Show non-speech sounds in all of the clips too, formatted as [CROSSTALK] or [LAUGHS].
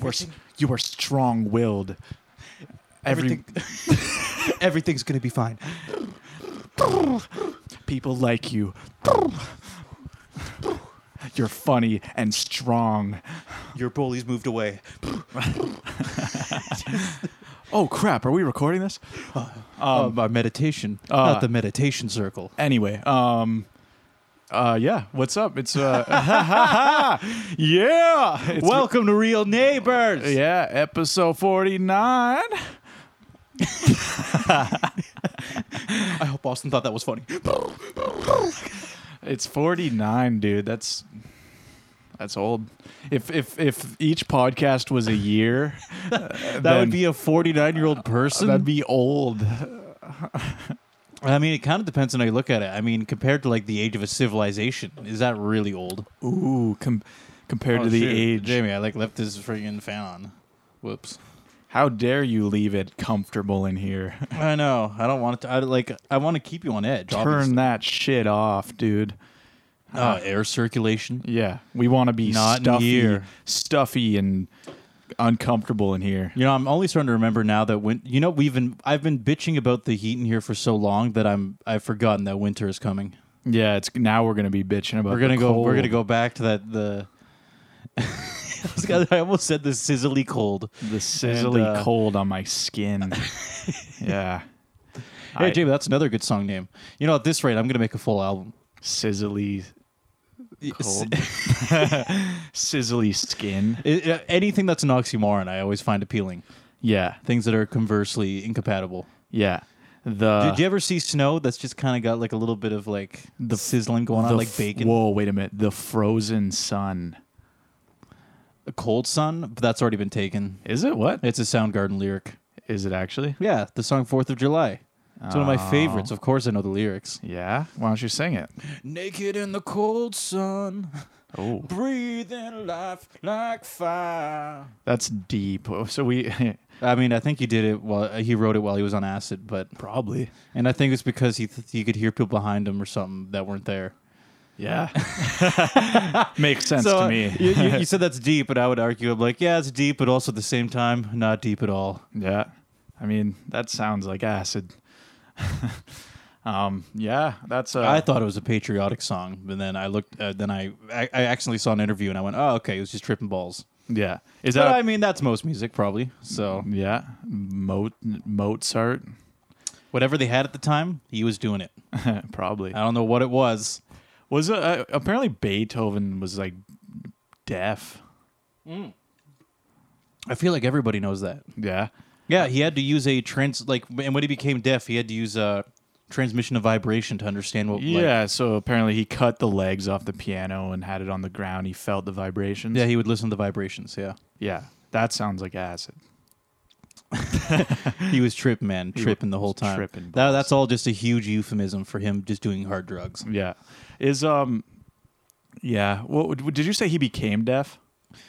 were s- you were strong-willed. Every Everything, [LAUGHS] everything's gonna be fine. people like you. You're funny and strong. Your bullies moved away. Oh crap! Are we recording this? Um, our meditation, uh, not the meditation circle. Anyway, um, uh, yeah. What's up? It's uh, [LAUGHS] yeah. It's, Welcome to Real Neighbors. yeah, episode forty-nine. I hope Austin thought that was funny. It's forty-nine, dude. That's that's old. If if if each podcast was a [LAUGHS] year, That would be a 49 year old person. that'd be old. uh, I mean, it kind of depends on how you look at it. I mean, compared to like the age of a civilization, is that really old? Ooh, com- compared Oh, to the shoot. age. Jamie, I like left this friggin' fan on. Whoops. How dare you leave it comfortable in [LAUGHS] here? I know. I don't want to. I like. I want to keep you on edge. Turn that shit off, dude. obviously. Uh, air circulation. Yeah, we want to be Not in stuffy, here. stuffy and uncomfortable in here. You know, I'm only starting to remember now that when you know we've been I've been bitching about the heat in here for so long that I'm I've forgotten that winter is coming. Yeah, it's now we're gonna be bitching about. We're gonna the go. We're gonna cold, go back to that the. [LAUGHS] I was gonna- I almost said the sizzly cold. The sizzly uh, cold on my [LAUGHS] skin. yeah, Hey, I- Jamie, that's another good song name. You know, at this rate, I'm gonna make a full album. sizzly Yes. [LAUGHS] cold, sizzly skin. It- it- anything that's an oxymoron, I always find appealing. Yeah, Things that are conversely incompatible. yeah. The Did you ever see snow that's just kind of got like a little bit of like the sizzling going the on, like f- bacon, Whoa, wait a minute. The frozen sun. a cold sun? But that's already been taken. Is it what? It's a Soundgarden lyric. Is it actually? Oh. Yeah, the song Fourth of July. It's one of my favorites. Of course, I know the lyrics. Yeah. Why don't you sing it? Naked in the cold sun, Oh, breathing life like fire. that's deep. Oh, So we [LAUGHS] I mean, I think he did it while he wrote it while he was on acid, but probably. and I think it's because he th- he could hear people behind him or something that weren't there. [LAUGHS] Yeah. Makes sense so to uh, me. you, you, [LAUGHS] you said that's deep, and I would argue I'm like, yeah, it's deep, but also at the same time, not deep at all. [LAUGHS] yeah. I mean, that sounds like acid. [LAUGHS] um. Yeah. That's. Uh, I thought it was a patriotic song, but then I looked, uh, then I, I I accidentally saw an interview, and I went, oh, okay, it was just tripping balls. yeah. Is But that? I mean, that's most music probably. So yeah. Mo- Mozart. [LAUGHS] whatever they had at the time, he was doing it. probably. I don't know what it was. Was it, uh, apparently Beethoven was like deaf. I feel like everybody knows that. Yeah. Yeah, he had to use a trans like, and when he became deaf, he had to use a transmission of vibration to understand what. like- Yeah, so apparently he cut the legs off the piano and had it on the ground. He felt the vibrations. yeah, he would listen to the vibrations. Yeah, yeah. That sounds like acid. he was tripping, man, was tripping the whole time. tripping That, that's all just a huge euphemism for him just doing hard drugs. Yeah. Is um yeah, what would- did you say he became deaf?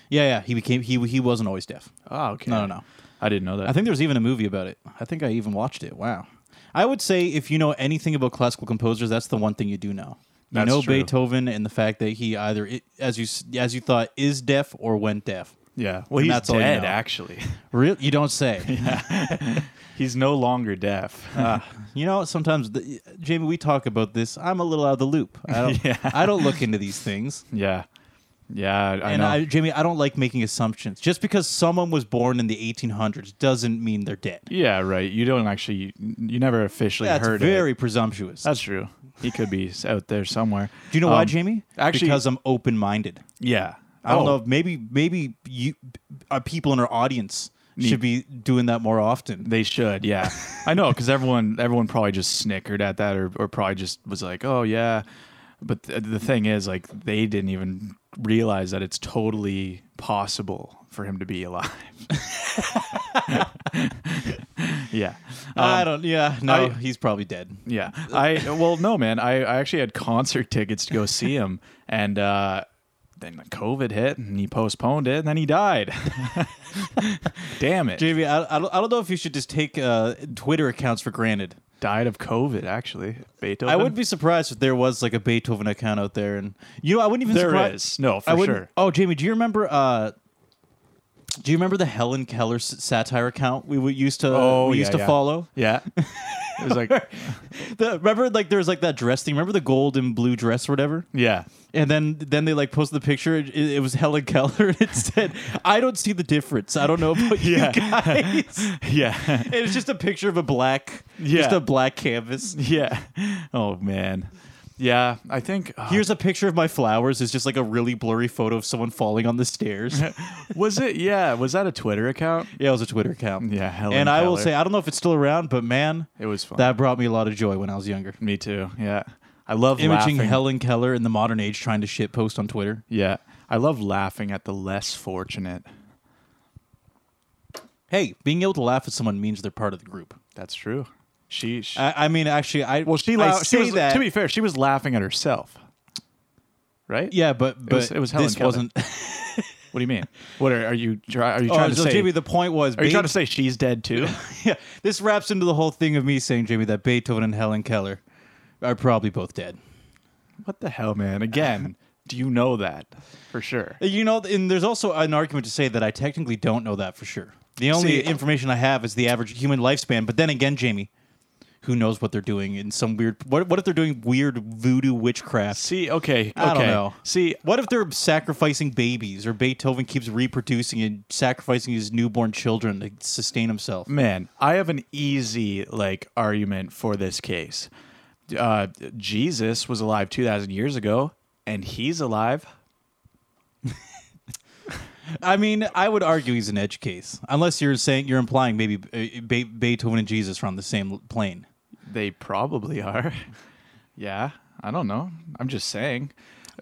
Yeah, yeah, he became he he wasn't always deaf. Oh, okay. No, no, no. I didn't know that. I think there was even a movie about it. I think I even watched it. Wow. I would say if you know anything about classical composers, that's the one thing you do know. You That's know true. Beethoven and the fact that he either, i- as you s- as you thought, is deaf or went deaf. yeah. Well, And he's that's all you dead know. actually. [LAUGHS] Real, you don't say. He's no longer [LAUGHS] deaf. Uh, you know, sometimes the, Jamie, we talk about this. I'm a little out of the loop. I [LAUGHS] don't, Yeah. I don't look into these things. [LAUGHS] yeah. Yeah, [LAUGHS] I, I and know. I, Jamie, I don't like making assumptions. Just because someone was born in the 1800s doesn't mean they're dead. yeah, right. You don't actually you never officially That's heard it. very presumptuous. That's true. He could be out there somewhere. do you know why, Um, Jamie? actually- because I'm open-minded. Yeah. I don't Oh, know. If maybe maybe you uh, people in our audience should be doing that more often. They should, yeah. I know, because everyone everyone probably just snickered at that, or, or probably just was like, "Oh yeah," but th- the thing is, like, they didn't even realize that it's totally possible for him to be alive. [LAUGHS] yeah, Um, I don't. Yeah, no, I- he's probably dead. yeah. I well, no, man. I, I actually had concert tickets to go see him, and uh, then COVID hit, and he postponed it, and then he died. [LAUGHS] Damn it! Jamie, I, I, don't, I don't know if you should just take uh, Twitter accounts for granted. Died of COVID, actually. Beethoven. I would be surprised if there was like a Beethoven account out there, and you know, I wouldn't even. There surpri- is. No, for I wouldn't- sure. Oh, Jamie, do you remember? Uh, Do you remember the Helen Keller s- satire account we would- used to Oh, we yeah, used to yeah. follow? Yeah. It [LAUGHS] was like, The, remember, like there was like that dress thing. Remember the gold and blue dress or whatever. yeah. And then then they like posted the picture. It, it was Helen Keller, [LAUGHS] and it said, "I don't see the difference. I don't know about Yeah. you guys." [LAUGHS] Yeah. [LAUGHS] And it's just a picture of a black, just Yeah. a black canvas. yeah. Oh, man. Yeah. I think. oh, Here's a picture of my flowers. It's just like a really blurry photo of someone falling on [LAUGHS] the stairs. yeah, was it? Yeah. Was that a Twitter account? it was a Twitter account. Yeah. Helen and I will Keller. say, I don't know if it's still around, but man, it was fun. that brought me a lot of joy when I was younger. Me too. Yeah. I love Imaging laughing. Helen Keller in the modern age trying to shit post on Twitter. Yeah. I love laughing at the less fortunate. Hey, being able to laugh at someone means they're part of the group. That's true. She, she I, I mean, actually, I well, she, I laughed. say she was, that. To be fair, she was laughing at herself. Right? yeah, but but was- it was Helen this Keller. [LAUGHS] wasn't. What do you mean? What are, are you try, are you Oh, trying to so say? Jamie, the point was. are you Be- trying to say she's dead [LAUGHS] too? yeah, this wraps into the whole thing of me saying, Jamie, that Beethoven and Helen Keller are probably both dead. what the hell, man? Again, do you know that for sure? Uh, You know, and there's also an argument to say that I technically don't know that for sure. The See- only information I have is the average human lifespan. But then again, Jamie, who knows what they're doing in some weird? What, what if they're doing weird voodoo witchcraft? See, okay, okay. I don't know. See, What if they're sacrificing babies, or Beethoven keeps reproducing and sacrificing his newborn children to sustain himself? man, I have an easy like argument for this case. Uh, Jesus was alive two thousand years ago, and he's alive. I mean, I would argue he's an edge case, unless you're saying you're implying maybe uh, Be- Beethoven and Jesus are on the same plane. They probably are. [LAUGHS] yeah, I don't know. I'm just saying.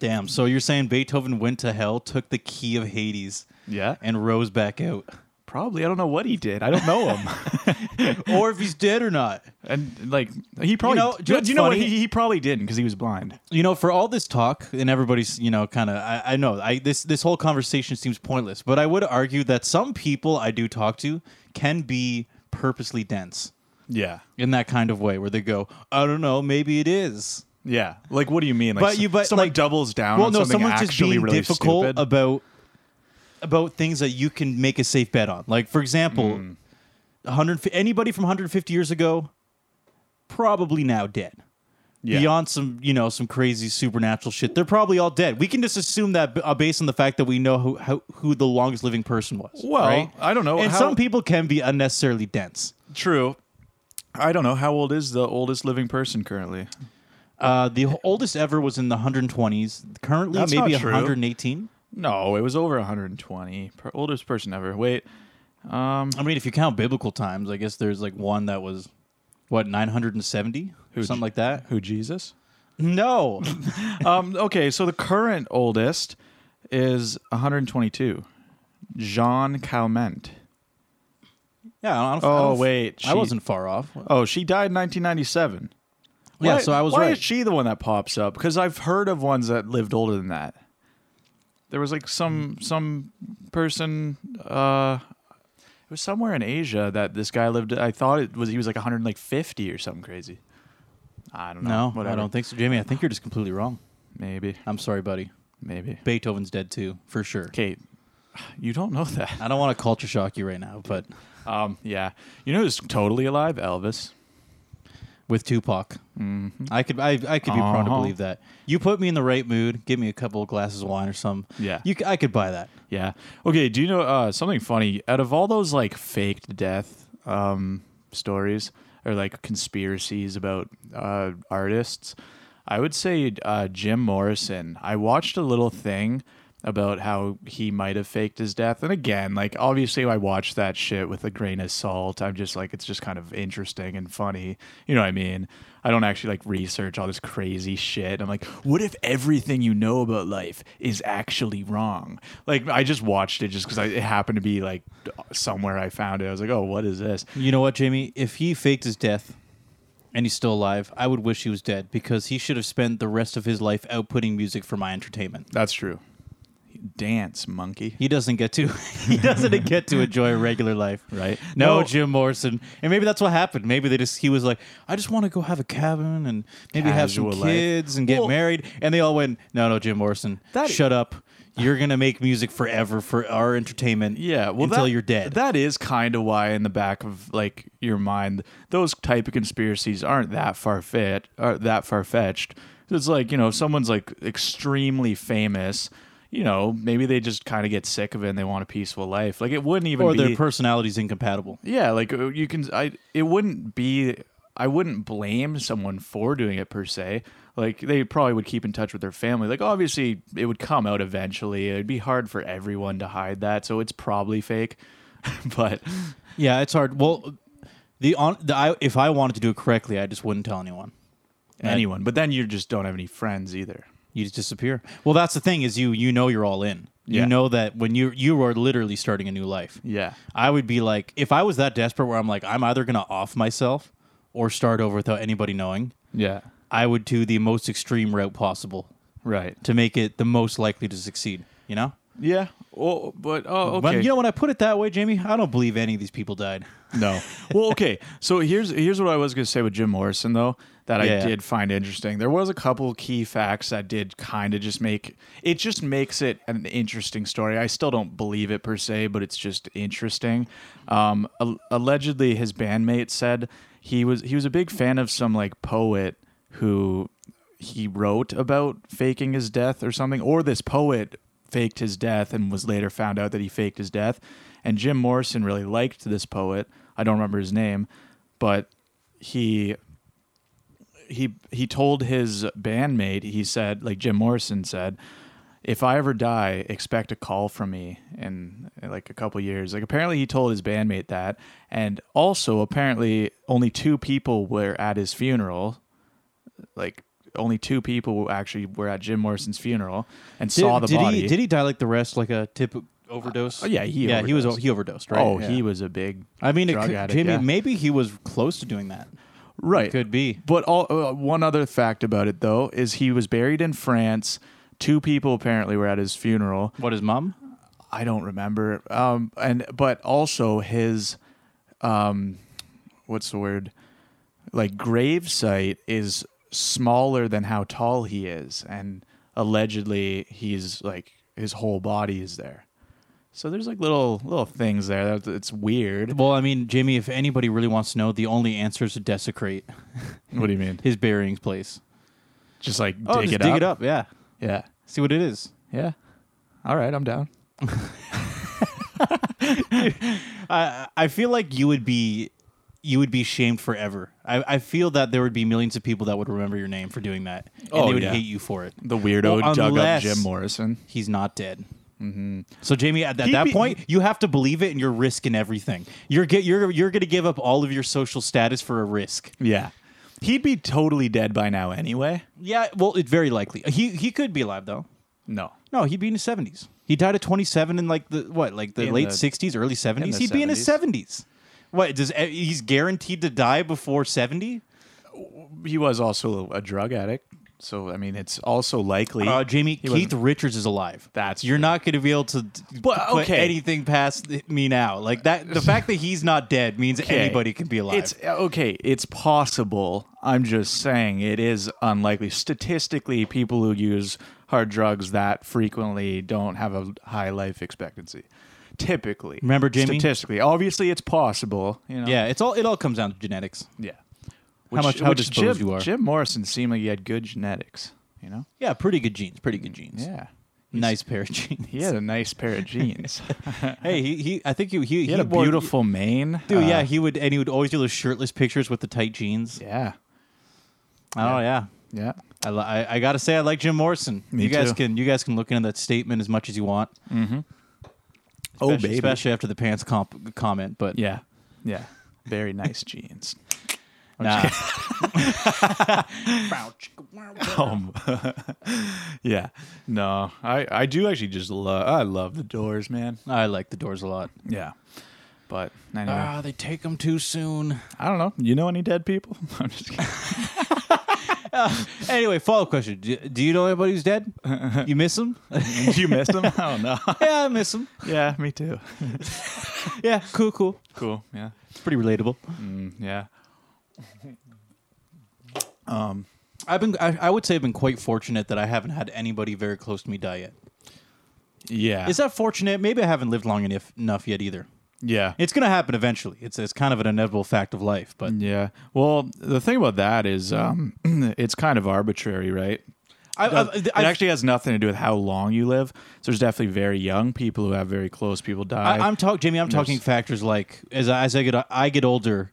Damn. So you're saying Beethoven went to hell, took the key of Hades, Yeah, and rose back out, probably. I don't know what he did. I don't know him. or if he's dead or not. [LAUGHS] and like, he probably. know- do do you, you know what's know what? funny? He, he probably didn't because he was blind. You know, for all this talk and everybody's, you know, kind of. I, I know. I this this whole conversation seems pointless, but I would argue that some people I do talk to can be purposely dense Yeah. in that kind of way, where they go, I don't know, maybe it is. Yeah. Like, what do you mean? Like, But you- but, someone like- doubles down well, on no, something someone's actually just being really difficult stupid. about about things that you can make a safe bet on. Like for example, Hmm. 100 anybody from 150 years ago, probably now dead. Yeah. Beyond some, you know, some crazy supernatural shit, they're probably all dead. We can just assume that uh, based on the fact that we know who how, who the longest living person was. Well, right? I don't know And how- some people can be unnecessarily dense. True. I don't know. How old is the oldest living person currently? Uh, the oldest ever was in the 120s. Currently, That's maybe not true. 118. No, it was over 120. Per- oldest person ever. Wait. I mean, if you count biblical times, I guess there's like one that was what 970 or Who'd something you- like that. Who, Jesus? No, [LAUGHS] um, okay, so the current oldest is 122. Jean Calment. [LAUGHS] yeah. I don't, I Oh, don't- wait. I she- wasn't far off. Oh, she died in 1997. yeah, Why- so I was why right. is she the one that pops up? Because I've heard of ones that lived older than that. There was like some some person. Uh, it was somewhere in Asia that this guy lived. I thought it was he was like 150 or something crazy. I don't know. no, I don't think so, Jamie. I think you're just completely wrong. Maybe, I'm sorry, buddy. maybe. Beethoven's dead too, for sure. Kate, [SIGHS] you don't know that. [LAUGHS] I don't want to culture shock you right now, but Um, yeah, you know who's totally alive? Elvis. with Tupac, I could I, I could be prone to Mm-hmm. Uh-huh. believe that. You put me in the right mood. Give me a couple of glasses of wine or some. Yeah. you c- I could buy that. Yeah. Okay. Do you know uh, something funny? Out of all those like faked death um, stories or like conspiracies about uh, artists, I would say uh, Jim Morrison. I watched a little thing about how he might have faked his death. And again, like obviously I watched that shit with a grain of salt. I'm just like it's just kind of interesting and funny. You know what I mean? I don't actually like research all this crazy shit. I'm like, what if everything you know about life is actually wrong? Like I just watched it just cuz it happened to be like somewhere I found it. I was like, "Oh, what is this?" You know what, Jamie? If he faked his death and he's still alive, I would wish he was dead because he should have spent the rest of his life outputting music for my entertainment. That's true. Dance, monkey. He doesn't get to [LAUGHS] he [LAUGHS] doesn't get to enjoy a regular life. Right. No, Well- Jim Morrison. And maybe that's what happened. Maybe they just he was like, I just want to go have a cabin and maybe have some Casual life. kids and get Well- married. And they all went, No, no, Jim Morrison. That- shut up. You're gonna make music forever for our entertainment. Yeah, well, until that- you're dead. That is kind of why, in the back of like your mind, those type of conspiracies aren't that far fit, are that far fetched. It's like you know, if someone's like extremely famous. You know, maybe they just kind of get sick of it and they want a peaceful life. Like it wouldn't even or be their personality's incompatible. Yeah, like uh, you can. I it wouldn't be. I wouldn't blame someone for doing it per se. Like they probably would keep in touch with their family. Like obviously it would come out eventually. It'd be hard for everyone to hide that, so it's probably fake. [LAUGHS] but Yeah, it's hard. Well, the on the, I, if I wanted to do it correctly, I just wouldn't tell anyone. anyone. But then you just don't have any friends either. You just disappear. Well, that's the thing is you you know you're all in. Yeah. You know that when you you are literally starting a new life. Yeah. I would be like, if I was that desperate, where I'm like, I'm either gonna off myself or start over without anybody knowing. Yeah. I would do the most extreme route possible Right. to make it the most likely to succeed. You know. Yeah. Oh, but oh, okay. When, you know when I put it that way, Jamie, I don't believe any of these people died. No. [LAUGHS] Well, okay. So here's here's what I was going to say with Jim Morrison though that Yeah. I did find interesting. There was a couple key facts that did kind of just make it just makes it an interesting story. I still don't believe it per se, but it's just interesting. Um, al- allegedly, his bandmate said he was he was a big fan of some like poet who he wrote about faking his death or something, or this poet faked his death and was later found out that he faked his death. And Jim Morrison really liked this poet. I don't remember his name, but he he he told his bandmate he said like Jim Morrison said if I ever die expect a call from me in like a couple years like apparently he told his bandmate that and also apparently only two people were at his funeral like only two people actually were at Jim Morrison's funeral and saw the did body He, did he die like the rest, like a tip overdose? Oh, yeah, he yeah he was overdosed. he overdosed, right? oh Yeah. he was a big I mean, it drug could, addict, Jamie, yeah. maybe he was close to doing that. Right. Could be. But all, uh, one other fact about it, though, is he was buried in France. Two people apparently were at his funeral. What his mom? I don't remember. Um, and but also his, um, what's the word? Like grave site is smaller than how tall he is, and allegedly he's like his whole body is there. So there's like little little things there. That it's weird. Well, I mean, Jamie, if anybody really wants to know, the only answer is to desecrate What do you mean? his burying place. Just like dig, Oh, just it, dig up? it up, yeah. Yeah. See what it is. Yeah. All right, I'm down. I I feel like you would be you would be shamed forever. I, I feel that there would be millions of people that would remember your name for doing that, and Oh, they would yeah. hate you for it. The weirdo Well, dug up unless- Jim Morrison. He's not dead. So Jamie, at, at He'd that Mm-hmm. be- point, you have to believe it, and you're risking everything. You're get you're you're going to give up all of your social status for a risk. Yeah. He'd be totally dead by now anyway. Yeah, well, it's very likely. He he could be alive though. No. No, he'd be in his seventies. He died at twenty seven in like the what, like the In late the- sixties, early seventies. the He'd be in his seventies. What does eh, he's guaranteed to die before seventy? He was also a drug addict. So, I mean, it's also likely. Uh, Jamie He Keith wasn't- Richards is alive. That's you're not going to be able to d- But, put okay. anything past me now. Like that, the fact that he's not dead means Okay. anybody can be alive. It's okay. It's possible. I'm just saying it is unlikely. Statistically, people who use hard drugs that frequently don't have a high life expectancy. Typically. Remember, Jamie? Statistically. Obviously, it's possible. You know? yeah, it's all it all comes down to genetics. Yeah. much- how disposed Jim, you are. Jim Morrison seemed like he had good genetics, you know? Yeah, pretty good genes, pretty good genes. Yeah. nice pair of jeans. He [LAUGHS] had a nice pair of jeans. [LAUGHS] Hey, he, he I think he he, he had a wore- beautiful mane. Dude, Uh, yeah, he would, and he would always do those shirtless pictures with the tight jeans. Yeah. Oh yeah, Yeah. I, li- I, I gotta say I like Jim Morrison. Me you too. guys Mm-hmm. can you guys can look into that statement as much as you want. Oh, especially, especially after the pants comp- comment. But Yeah. Yeah. Very nice [LAUGHS] jeans. nah, Um, [LAUGHS] yeah. No, I, I do actually just love, I love the doors, man. [LAUGHS] I like the Doors a lot. Yeah. But anyway, Ah, they take them too soon. I don't know. You know any dead people? [LAUGHS] I'm just kidding. Anyway, follow up question: do, do you know anybody [LAUGHS] who's dead? You miss them? you miss them? [LAUGHS] I don't know. [LAUGHS] yeah, I miss them. yeah, me too. Yeah, cool, cool. Cool. Yeah. Mm, It's pretty relatable. Yeah. I've been I, I would say I've been quite fortunate that I haven't had anybody very close to me die yet. Yeah. Is that fortunate? Maybe I haven't lived long enough enough yet either. yeah. It's gonna happen eventually. It's it's kind of an inevitable fact of life. But yeah. Well, the thing about that is um, [CLEARS THROAT] it's kind of arbitrary, right? I, I, it I, actually has nothing to do with how long you live. So there's definitely very young people who have very close people die. I, am talking, Jamie. I'm talking factors like as I, as I get I get older.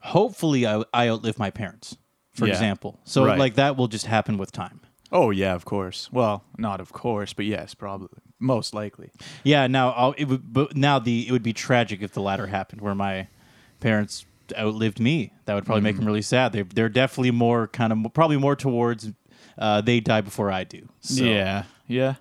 Hopefully, I, I outlive my parents, for Yeah. example. So Right. like that will just happen with time. oh yeah, of course. Well, not of course, but yes, probably, most likely. Yeah. Now I'll, it would, but now the it would be tragic if the latter happened, where my parents outlived me. That would probably make them really sad. They they're definitely more kind of probably more towards uh, they die before I do. So. Yeah, yeah.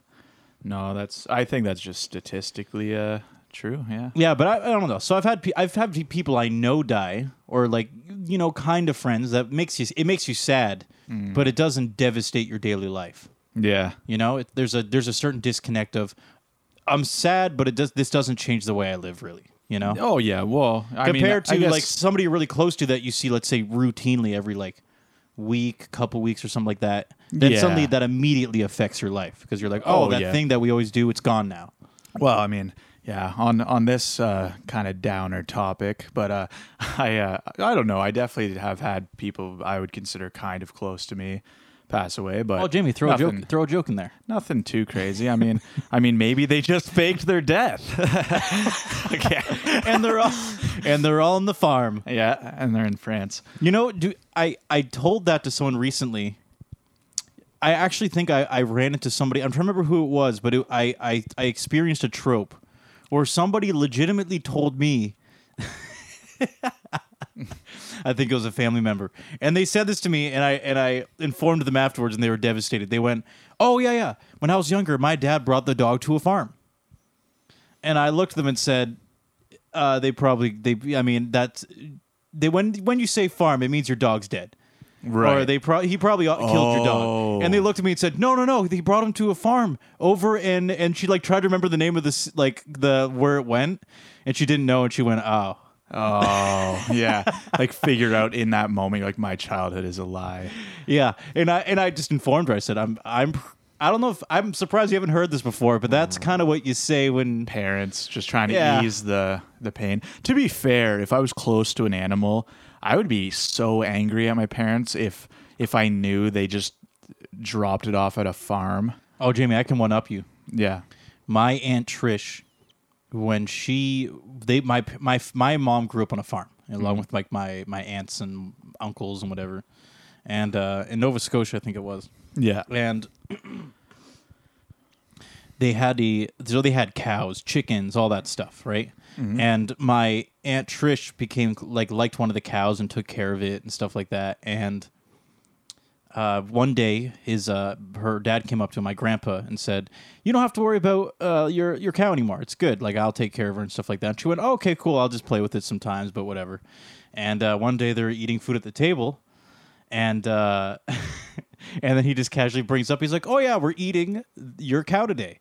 No, that's. I think that's just statistically uh, true. Yeah. Yeah, but I, I don't know. So I've had pe- I've had pe- people I know die, or like you know, kind of friends that makes you it makes you sad, but it doesn't devastate your daily life. Yeah. You know, it, there's a there's a certain disconnect of I'm sad, but it does this doesn't change the way I live really. You know, Oh yeah. Well, I mean, compared I to guess- like somebody you're really close to that you see, let's say routinely every like week, couple weeks or something like that. Then Yeah. suddenly that immediately affects your life because you're like, oh, Oh, that yeah. thing that we always do, it's gone now. Well, I mean, yeah, on on this uh, kind of downer topic, but uh, [LAUGHS] I uh, I don't know. I definitely have had people I would consider kind of close to me pass away, but Oh, Jamie, throw a nothing, joke, throw a joke in there. nothing too crazy. I mean, I mean, maybe they just faked their death. okay. and they're all and they're all on the farm. [LAUGHS] Yeah, and they're in France. You know, do I I told that to someone recently. I actually think I, I ran into somebody. I'm trying to remember who it was, but it, I, I I experienced a trope where somebody legitimately told me. [LAUGHS] I think it was a family member, and they said this to me, and I and I informed them afterwards, and they were devastated. They went, "Oh yeah, yeah." When I was younger, my dad brought the dog to a farm, and I looked at them and said, uh, "They probably they. I mean, that's they when when you say farm, it means your dog's dead." Or Right. they pro- he probably killed your dog. Oh. And they looked at me and said, "No, no, no." He brought him to a farm over and and she like tried to remember the name of this like the where it went, and she didn't know, and she went, "Oh." Oh, yeah. like figured out in that moment, like my childhood is a lie. Yeah, and I and I just informed her. I said, "I'm I'm I don't know if I'm surprised you haven't heard this before, but Mm. that's kind of what you say when parents just trying to Yeah. ease the the pain. To be fair, if I was close to an animal, I would be so angry at my parents if if I knew they just dropped it off at a farm. Oh, Jamie, I can one up you. Yeah. My aunt Trish when she they my my my mom grew up on a farm along with like my my aunts and uncles and whatever. And uh, in Nova Scotia, I think it was. Yeah. and they had a so they had cows, chickens, all that stuff, right? And my aunt Trish became like liked one of the cows and took care of it and stuff like that. And uh, one day, his uh, her dad came up to my grandpa and said, "You don't have to worry about uh, your your cow anymore. It's good. Like I'll take care of her and stuff like that." And she went, oh, "Okay, cool. I'll just play with it sometimes, but whatever." And uh, one day, they're eating food at the table, and uh, [LAUGHS] and then he just casually brings up, he's like, "Oh yeah, we're eating your cow today."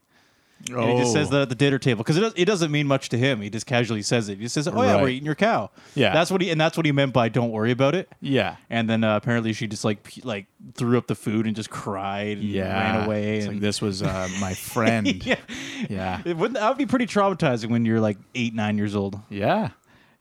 And he just Oh. says that at the dinner table because it, does, it doesn't mean much to him. He just casually says it. He says, "Oh yeah, we're Right. eating your cow." Yeah. that's what he and that's what he meant by "Don't worry about it." Yeah. And then uh, apparently she just like p- like threw up the food and just cried and Yeah. ran away. It's like, And this was uh, [LAUGHS] my friend. yeah, yeah. it wouldn't that would be pretty traumatizing when you're like eight nine years old. Yeah.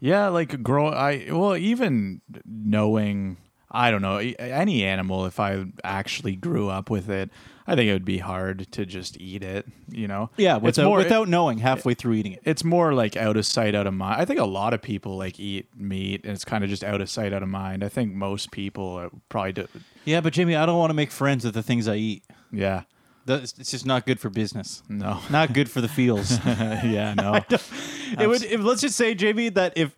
Yeah, like grow I well even knowing I don't know e- any animal if I actually grew up with it, I think it would be hard to just eat it, you know. Yeah, it's without more without knowing halfway through eating it. it's more like out of sight out of mind. I think a lot of people like eat meat and it's kind of just out of sight out of mind. I think most people are probably do, Yeah, but Jamie, I don't want to make friends with the things I eat. yeah. That's, it's just not good for business. No. [LAUGHS] Not good for the [LAUGHS] fields. yeah, [LAUGHS] no. it would if, let's just say Jamie that if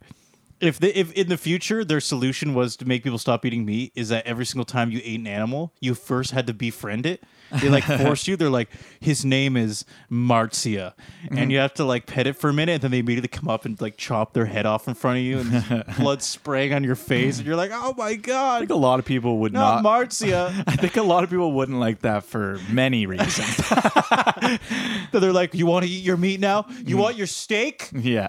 if they, if in the future their solution was to make people stop eating meat is that every single time you ate an animal you first had to befriend it they [LAUGHS] like forced you they're like his name is Marcia Mm-hmm. and you have to like pet it for a minute and then they immediately come up and like chop their head off in front of you [LAUGHS] and there's blood spraying on your face and you're like oh my I god think a lot of people would not not, Marcia [LAUGHS] I think a lot of people wouldn't like that for many reasons. Then they're like you want to eat your meat Mm-hmm. now you want your steak [LAUGHS] yeah.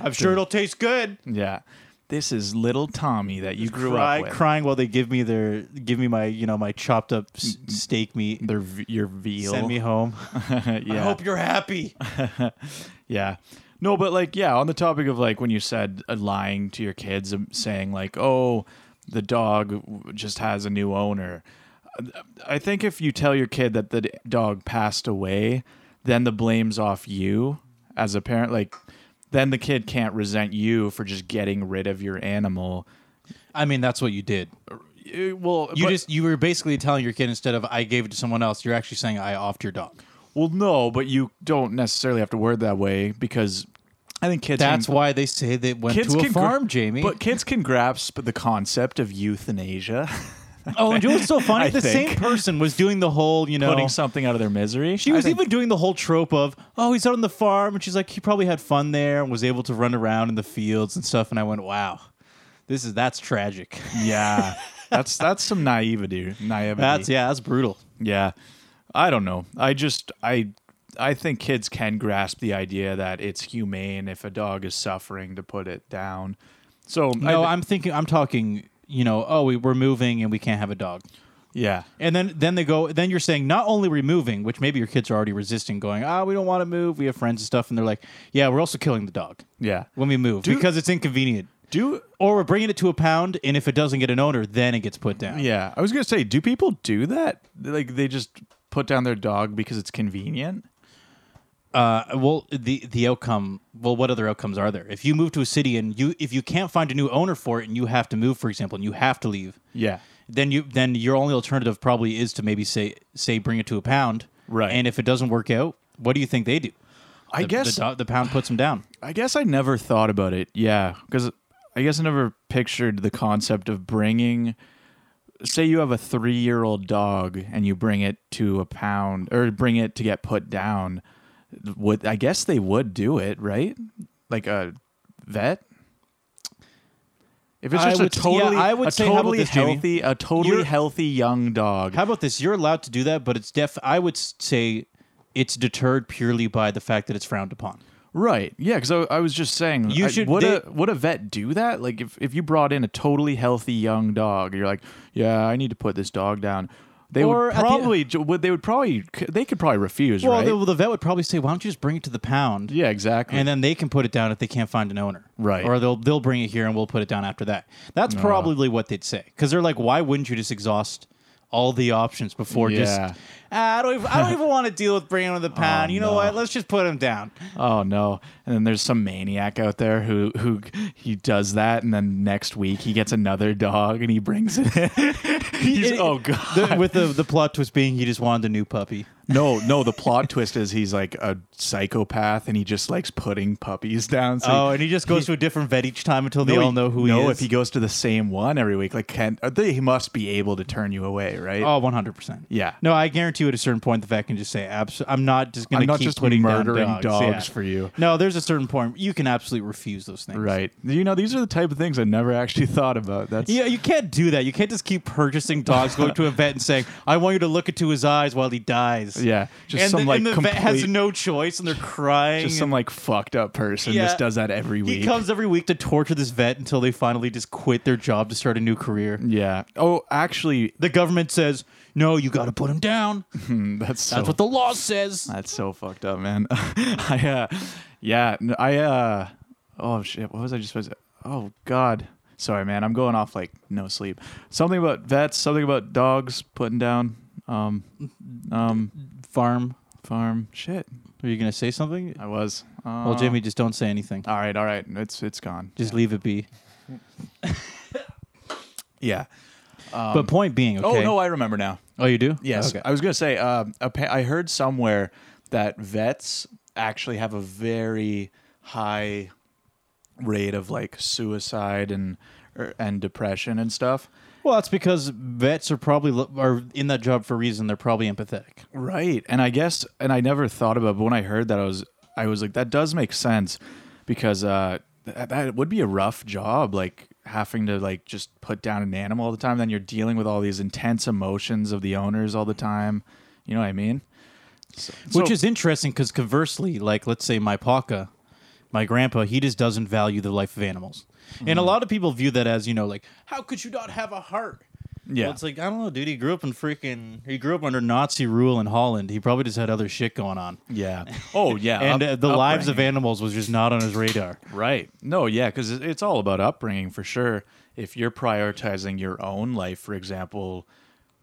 I'm sure it'll taste good Yeah. This is little Tommy that you grew Cry, up with. crying while they give me their give me my you know my chopped up s- Mm, steak meat. Their v- your veal. Send [LAUGHS] me home. yeah. I hope you're happy. Yeah. No, but like, yeah, on the topic of like when you said uh, lying to your kids, um, saying like, oh, the dog w- just has a new owner. Uh, I think if you tell your kid that the d- dog passed away, then the blame's off you as a parent. Like, then the kid can't resent you for just getting rid of your animal. [LAUGHS] I mean, that's what you did. Uh, Well, You but- just you were basically telling your kid instead of I gave it to someone else, you're actually saying I offed your dog. well, no, but you don't necessarily have to word that way because I think kids. That's can- why they say they went Kids to a can gra- farm, Jamie. But kids can grasp the concept of euthanasia, [LAUGHS] [LAUGHS] oh, and you know what's so funny? I the same think. person was doing the whole, you know, putting something out of their misery. She was even doing the whole trope of, oh, he's out on the farm, and she's like, he probably had fun there and was able to run around in the fields and stuff. And I went, wow, this is that's tragic. [LAUGHS] even. Yeah, that's that's some naivety. Naivety. That's yeah, that's brutal. yeah. I don't know. I just I I think kids can grasp the idea that it's humane if a dog is suffering to put it down. So No, I, I'm thinking, I'm talking, you know, oh, we, we're moving and we can't have a dog. yeah. And then then they go. Then you're saying not only we're moving, which maybe your kids are already resisting, going, ah, we don't want to move. We have friends and stuff, and they're like, yeah, we're also killing the dog Yeah. when we move because it's inconvenient. Do Or we're bringing it to a pound, and if it doesn't get an owner, then it gets put down. yeah. I was gonna say, do people do that? Like they just put down their dog because it's convenient. Uh, well, the the outcome. Well, what other outcomes are there? If you move to a city and you if you can't find a new owner for it, and you have to move, for example, and you have to leave, Yeah. then you then your only alternative probably is to maybe say say bring it to a pound, Right. And if it doesn't work out, what do you think they do? I The- guess the, do- the pound puts them down. I guess I never thought about it. Yeah, because I guess I never pictured the concept of bringing. Say you have a three-year-old dog and you bring it to a pound or bring it to get put down. Would I guess they would do it, right? Like a vet. If it's I just would- a yeah, totally, I would a say, how about totally this, Jamie? healthy, a totally You're- healthy young dog. How about this? You're allowed to do that, but it's def. I would s- say it's deterred purely by the fact that it's frowned upon. Right. Yeah, because I, I was just saying, You I- should- would they- a would a vet do that? Like, if, if you brought in a totally healthy young dog, you're like, yeah, I need to put this dog down. They Or would at the- probably ju- would they would probably they could probably refuse, Well, right? the, the vet would probably say, "Why don't you just bring it to the pound?" yeah, exactly. and then they can put it down if they can't find an owner. Right. Uh-huh. Or they'll they'll bring it here and we'll put it down after that. That's probably what they'd say because they're like, why wouldn't you just exhaust all the options before Yeah. just ah, I don't even, I don't even want to deal with bringing him [LAUGHS] to the pound. you know what? Let's just put him down. oh no! And then there's some maniac out there who who he does that, and then next week he gets another dog and he brings it. in. [LAUGHS] He's, It- oh god! the- with the the plot twist being he just wanted a new puppy. No, no. The plot twist is he's like a psychopath and he just likes putting puppies down. So he- Oh, and he just goes to a different vet each time until they all you know who he is. if he goes to the same one every week, like can uh, they, he must be able to turn you away, right? Oh, 100%. Yeah. No, I guarantee you at a certain point the vet can just say, Abs- I'm not just I'm going to not keep just putting down murdering dogs, dogs Yeah. for you. No, there's a certain point you can absolutely refuse those things. Right. You know, these are the type of things I never actually [LAUGHS] thought about. That's Yeah, you can't do that. You can't just keep purchasing dogs, going to a vet and saying, "I want you to look into his eyes while he dies." Yeah, just and some, the, like, and the vet has complete- no choice, and they're crying. just some like fucked up person Yeah. just does that every he week. comes every week to torture this vet until they finally just quit their job to start a new career. yeah. Oh, actually, The government says, "No, you got to put him down." mm, that's so, That's what the law says. that's so fucked up, man. [LAUGHS] I uh, yeah, n- I uh, oh shit, what was I just supposed? to- Oh god. Sorry, man. I'm going off like no sleep. Something about vets. Something about dogs putting down. Um, um, Farm. farm shit. Are you gonna say something? I was. Uh, Well, Jamie, just don't say anything. All right, all right. It's it's gone. Just leave it be. Yeah. but point being, okay. Oh no, I remember now. Oh, you do? Yes, Okay. I was gonna say. Um, appa- I heard somewhere that vets actually have a very high rate of like suicide and er, and depression and stuff. Well, that's because vets are probably lo- are in that job for a reason. They're probably empathetic. Right. And I guess and I never thought about it, but when I heard that I was I was like that does make sense because uh that, that would be a rough job like having to like just put down an animal all the time then you're dealing with all these intense emotions of the owners all the time. You know what I mean? So- Which so- is interesting because conversely, like let's say my Paca, My grandpa, he just doesn't value the life of animals. And a Mm-hmm. lot of people view that as, you know, like, how could you not have a heart? Yeah. Well, it's like, I don't know, dude. He grew up in freaking, he grew up under Nazi rule in Holland. He probably just had other shit going on. yeah. [LAUGHS] Oh yeah. And up- uh, the lives of upbringing. animals was just not on his radar. Right. No, yeah, because it's all about upbringing for sure. If you're prioritizing your own life, for example,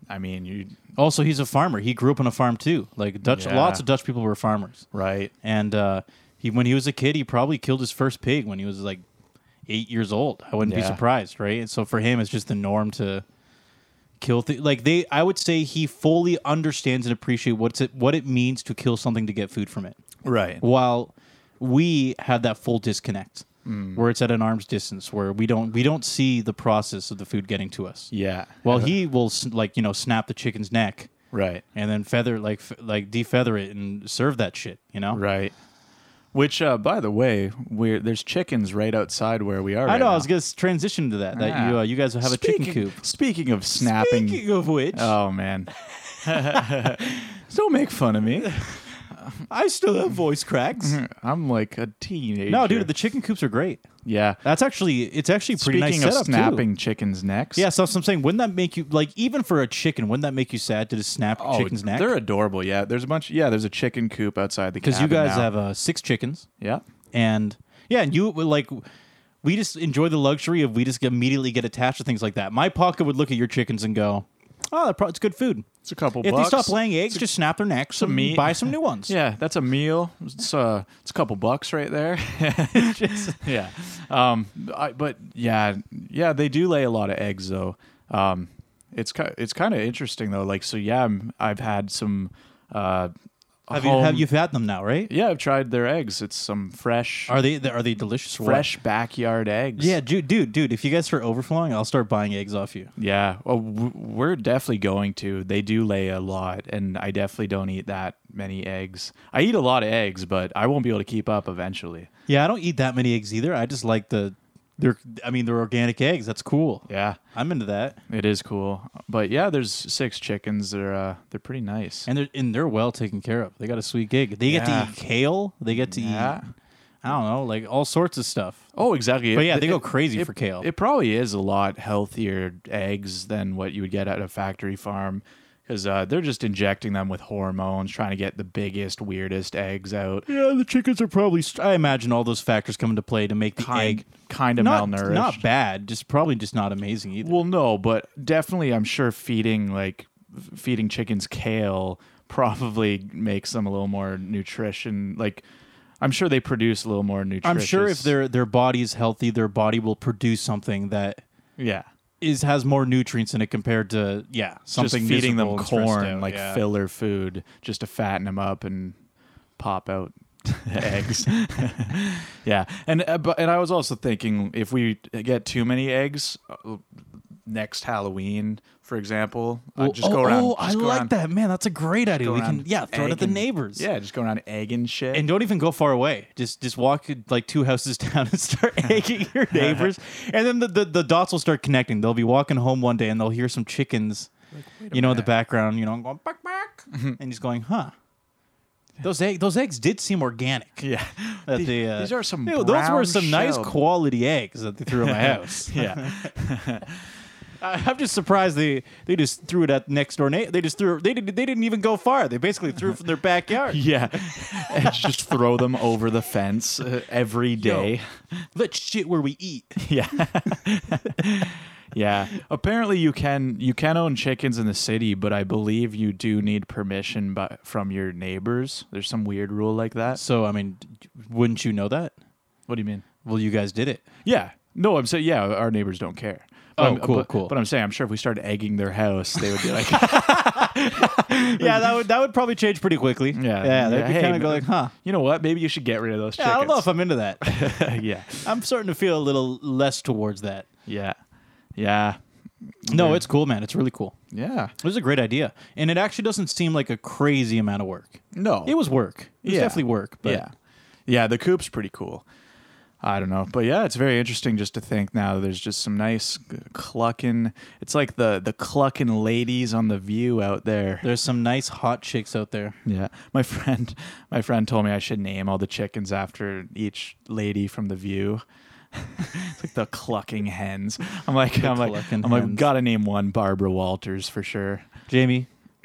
I mean, you Also, he's a farmer. He grew up on a farm too. Like Dutch, Yeah. lots of Dutch people were farmers. right. And uh, he, when he was a kid, he probably killed his first pig when he was like eight years old. I wouldn't be Yeah. surprised, right? And so for him, it's just the norm to kill. Th- like they, I would say he fully understands and appreciates what's it, what it means to kill something to get food from it. Right. While we had that full disconnect, Mm. where it's at an arm's distance, where we don't we don't see the process of the food getting to us. Yeah. Well, he will s- like you know snap the chicken's neck Right. and then feather like f- like defeather it and serve that shit. You know. Right. Which, uh, by the way, we're there's chickens right outside where we are. I right know. I now. was gonna s- transition to that. That Ah. you uh, you guys have a chicken Speaking- coop. uh, Speaking of snapping. Speaking of which, oh [LAUGHS] man. Don't make fun of me. I still have voice cracks. I'm like a teenager. Mm-hmm. no, dude, the chicken coops are great. yeah. That's actually it's actually a pretty Speaking nice of setup too. snapping chickens' necks. Yeah, so, so I'm saying, wouldn't that make you like even for a chicken? Wouldn't that make you sad to just snap a Oh, chicken's neck? They're adorable. Yeah, there's a bunch. Yeah, there's a chicken coop outside the Because cabin. you guys now. have uh, six chickens, Yeah. and yeah, and you would, like we just enjoy the luxury of we just get- immediately get attached to things like that. My pocket would look at your chickens and go, "Oh, that pro- it's good food." It's a couple If bucks. they stop laying eggs, just snap their necks and meat. buy some new [LAUGHS] ones. Yeah, that's a meal. It's uh, it's a couple bucks right there. [LAUGHS] yeah. Um, I, but yeah, yeah, they do lay a lot of eggs though. Um, it's ki- it's kind of interesting though. Like so, yeah, I'm, I've had some. Uh, Have you have home- you've had them now, right? Yeah, I've tried their eggs. It's some fresh, Are they are they delicious? or what? fresh backyard eggs. Yeah, dude, dude, dude. If you guys start overflowing, I'll start buying eggs off you. Yeah, well, w- we're definitely going to. They do lay a lot, and I definitely don't eat that many eggs. I eat a lot of eggs, but I won't be able to keep up eventually. Yeah, I don't eat that many eggs either. I just like the they're I mean they're organic eggs. That's cool. Yeah, I'm into that. it is cool. But yeah, there's six chickens. They're uh, they're pretty nice. And they're and they're well taken care of. They got a sweet gig. They get Yeah. to eat kale. They get to Yeah. eat I don't know, like all sorts of stuff. Oh, exactly. But yeah, It- they go it- crazy it- for kale. It probably is a lot healthier eggs than what you would get at a factory farm because uh, they're just injecting them with hormones, trying to get the biggest, weirdest eggs out. yeah, the chickens are probably. St- I imagine all those factors come into play to make the egg kind of not malnourished. not bad, just probably just not amazing either. Well, no, but definitely, I'm sure feeding like f- feeding chickens kale [LAUGHS] probably makes them a little more nutrition. Like, I'm sure they produce a little more nutrition. I'm sure if their their body is healthy, their body will produce something that yeah, is has more nutrients in it compared to yeah something just feeding them miserable and stressed corn out, like yeah. filler food just to fatten them up and pop out [LAUGHS] eggs. [LAUGHS] yeah, and uh, but and I was also thinking if we get too many eggs. Uh, Next Halloween, for example, uh, Well, just oh, go around. Oh, just I go like around- that, man. That's a great idea. go We can around yeah throw it at the egging- neighbors. Yeah, just going around egg and shit. [LAUGHS] And don't even go far away. Just just walk like two houses [LAUGHS] down [LAUGHS] and start egging your neighbors. And then the, the, the dots will start connecting. They'll be walking home one day and they'll hear some chickens, you know, in the background, you know, going back back, Mm-hmm. and he's going, huh? Those egg those eggs did seem organic. yeah, That These- they, uh, these are some. ew, those were brown some nice shelled- quality eggs that [LAUGHS] they threw at my house. yeah, I- I'm just surprised they, they just threw it at next door. Na- they just threw they didn't they didn't even go far. They basically threw it from their [LAUGHS] backyard. yeah, and just throw them over the fence uh, every day. Let's shit where we eat. Yeah, yeah. Apparently, you can you can own chickens in the city, but I believe you do need permission by, from your neighbors. There's some weird rule like that. So I mean, wouldn't you know that? What do you mean? Well, you guys did it. Yeah. No, I'm saying yeah, our neighbors don't care. Oh, I'm- cool, but- cool. But I'm saying I'm sure if we started egging their house, they would be [LAUGHS] like, [LAUGHS] [LAUGHS] yeah, that would that would probably change pretty quickly. Yeah. yeah, they'd Yeah, be hey, kind of no- go like, [LAUGHS] huh? you know what? Maybe you should get rid of those chickens. Yeah, I don't know if I'm into that. [LAUGHS] [LAUGHS] yeah. I'm starting to feel a little less towards that. Yeah. Yeah. No, it's cool, man. It's really cool. Yeah. It was a great idea, and it actually doesn't seem like a crazy amount of work. No. It was work. It was Yeah. definitely work. But yeah. Yeah, the coop's pretty cool. I don't know, but yeah, it's very interesting just to think now. There's just some nice clucking. It's like the the clucking ladies on the View out there. There's some nice hot chicks out there. Yeah, my [LAUGHS] friend, my friend told me I should name all the chickens after each lady from the View. [LAUGHS] it's like the clucking hens. I'm like, I'm like, clucking I'm like, hens. gotta name one Barbara Walters for sure. Jamie, [CLEARS THROAT]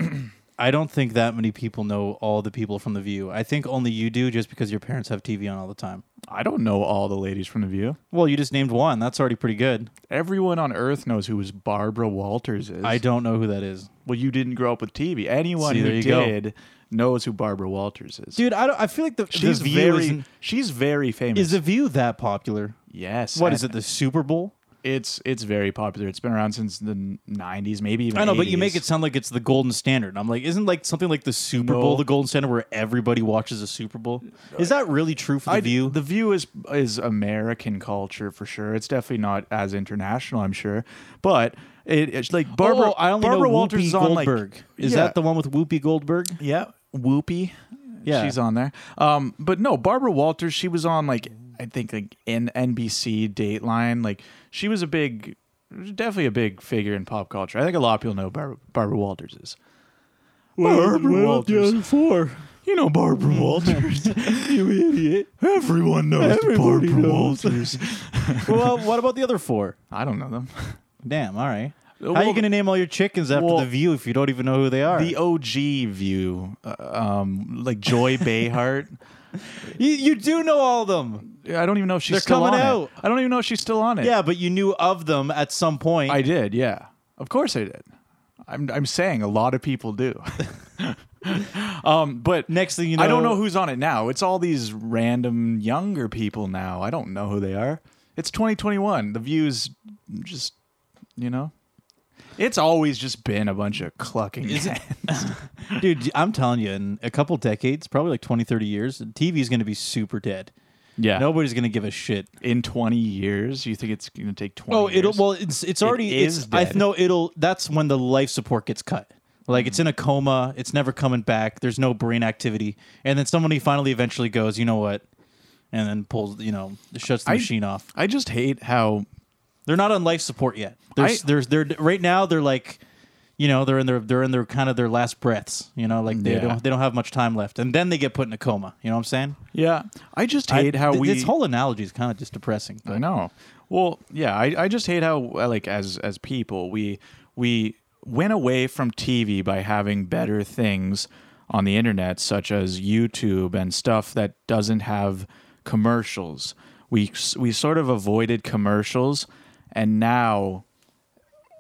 I don't think that many people know all the people from The View. I think only you do just because your parents have TV on all the time. I don't know all the ladies from the View. Well, you just named one. That's already pretty good. Everyone on Earth knows who is Barbara Walters is. I don't know who that is. Well, you didn't grow up with TV. Anyone See, there who you go. did knows who Barbara Walters is. Dude, I don't I feel like the, she's the View very isn't- she's very famous. is The View that popular? yes. What is it? The Super Bowl? It's it's very popular. It's been around since the '90s, maybe even. I know, but you 80s. make it sound like it's the golden standard. I'm like, isn't like something like the Super No. Bowl the golden standard where everybody watches a Super Bowl? Is that really true for the I- View? The View is is American culture for sure. It's definitely not as international, I'm sure. But it, it's like Barbara. oh, I only Barbara know Walters Whoopi is on like- Goldberg. is Yeah. that the one with Whoopi Goldberg? Yeah, Whoopi. Yeah. she's on there. Um, but no, Barbara Walters. She was on like I think like in NBC Dateline. Like she was a big, definitely a big figure in pop culture. I think a lot of people know who Barbara, Barbara Walters is. Barbara Walters. four. You know [LAUGHS] Barbara Walters. You idiot. Everyone knows Everybody Barbara knows. Walters. well, what about the other four? I don't know them. Damn. All right. How Well- you gonna name all your chickens after well, the View if you don't even know who they are? The OG view, uh, um, like Joy [LAUGHS] Behart. you, you do know all of them. I don't even know if she's They're still coming on out. it. I don't even know if she's still on it. Yeah, but you knew of them at some point. I did. Yeah, of course I did. I'm I'm saying a lot of people do. [LAUGHS] um, but Next thing you know, I don't know [LAUGHS] who's on it now. It's all these random younger people now. I don't know who they are. It's 2021. The views just you know. It's always just been a bunch of clucking. Is it- Dude, I'm telling you, in a couple decades, probably like 20, 30 years, TV is going to be super dead. [LAUGHS] yeah. Nobody's going to give a shit. In 20 years, you think it's going to take 20 Oh, it'll years? well, it's it's already is it's I dead. know it'll that's when the life support gets cut. Like it's in a coma, it's never coming back. There's no brain activity, and then somebody finally eventually goes, you know what, and then pulls, you know, shuts the I- machine off. I just hate how They're not on life support yet. There's I- there's they're right now they're like, you know, they're in their they're in their kind of their last breaths. You know, like they Yeah. don't they don't have much time left, and then they get put in a coma. You know what I'm saying? yeah, I just I- hate how th- we this whole analogy is kind of just depressing. I know. Well, yeah, I, I just hate how uh, like as as people we we went away from TV by having better things on the internet such as YouTube and stuff that doesn't have commercials. We s- we sort of avoided commercials and now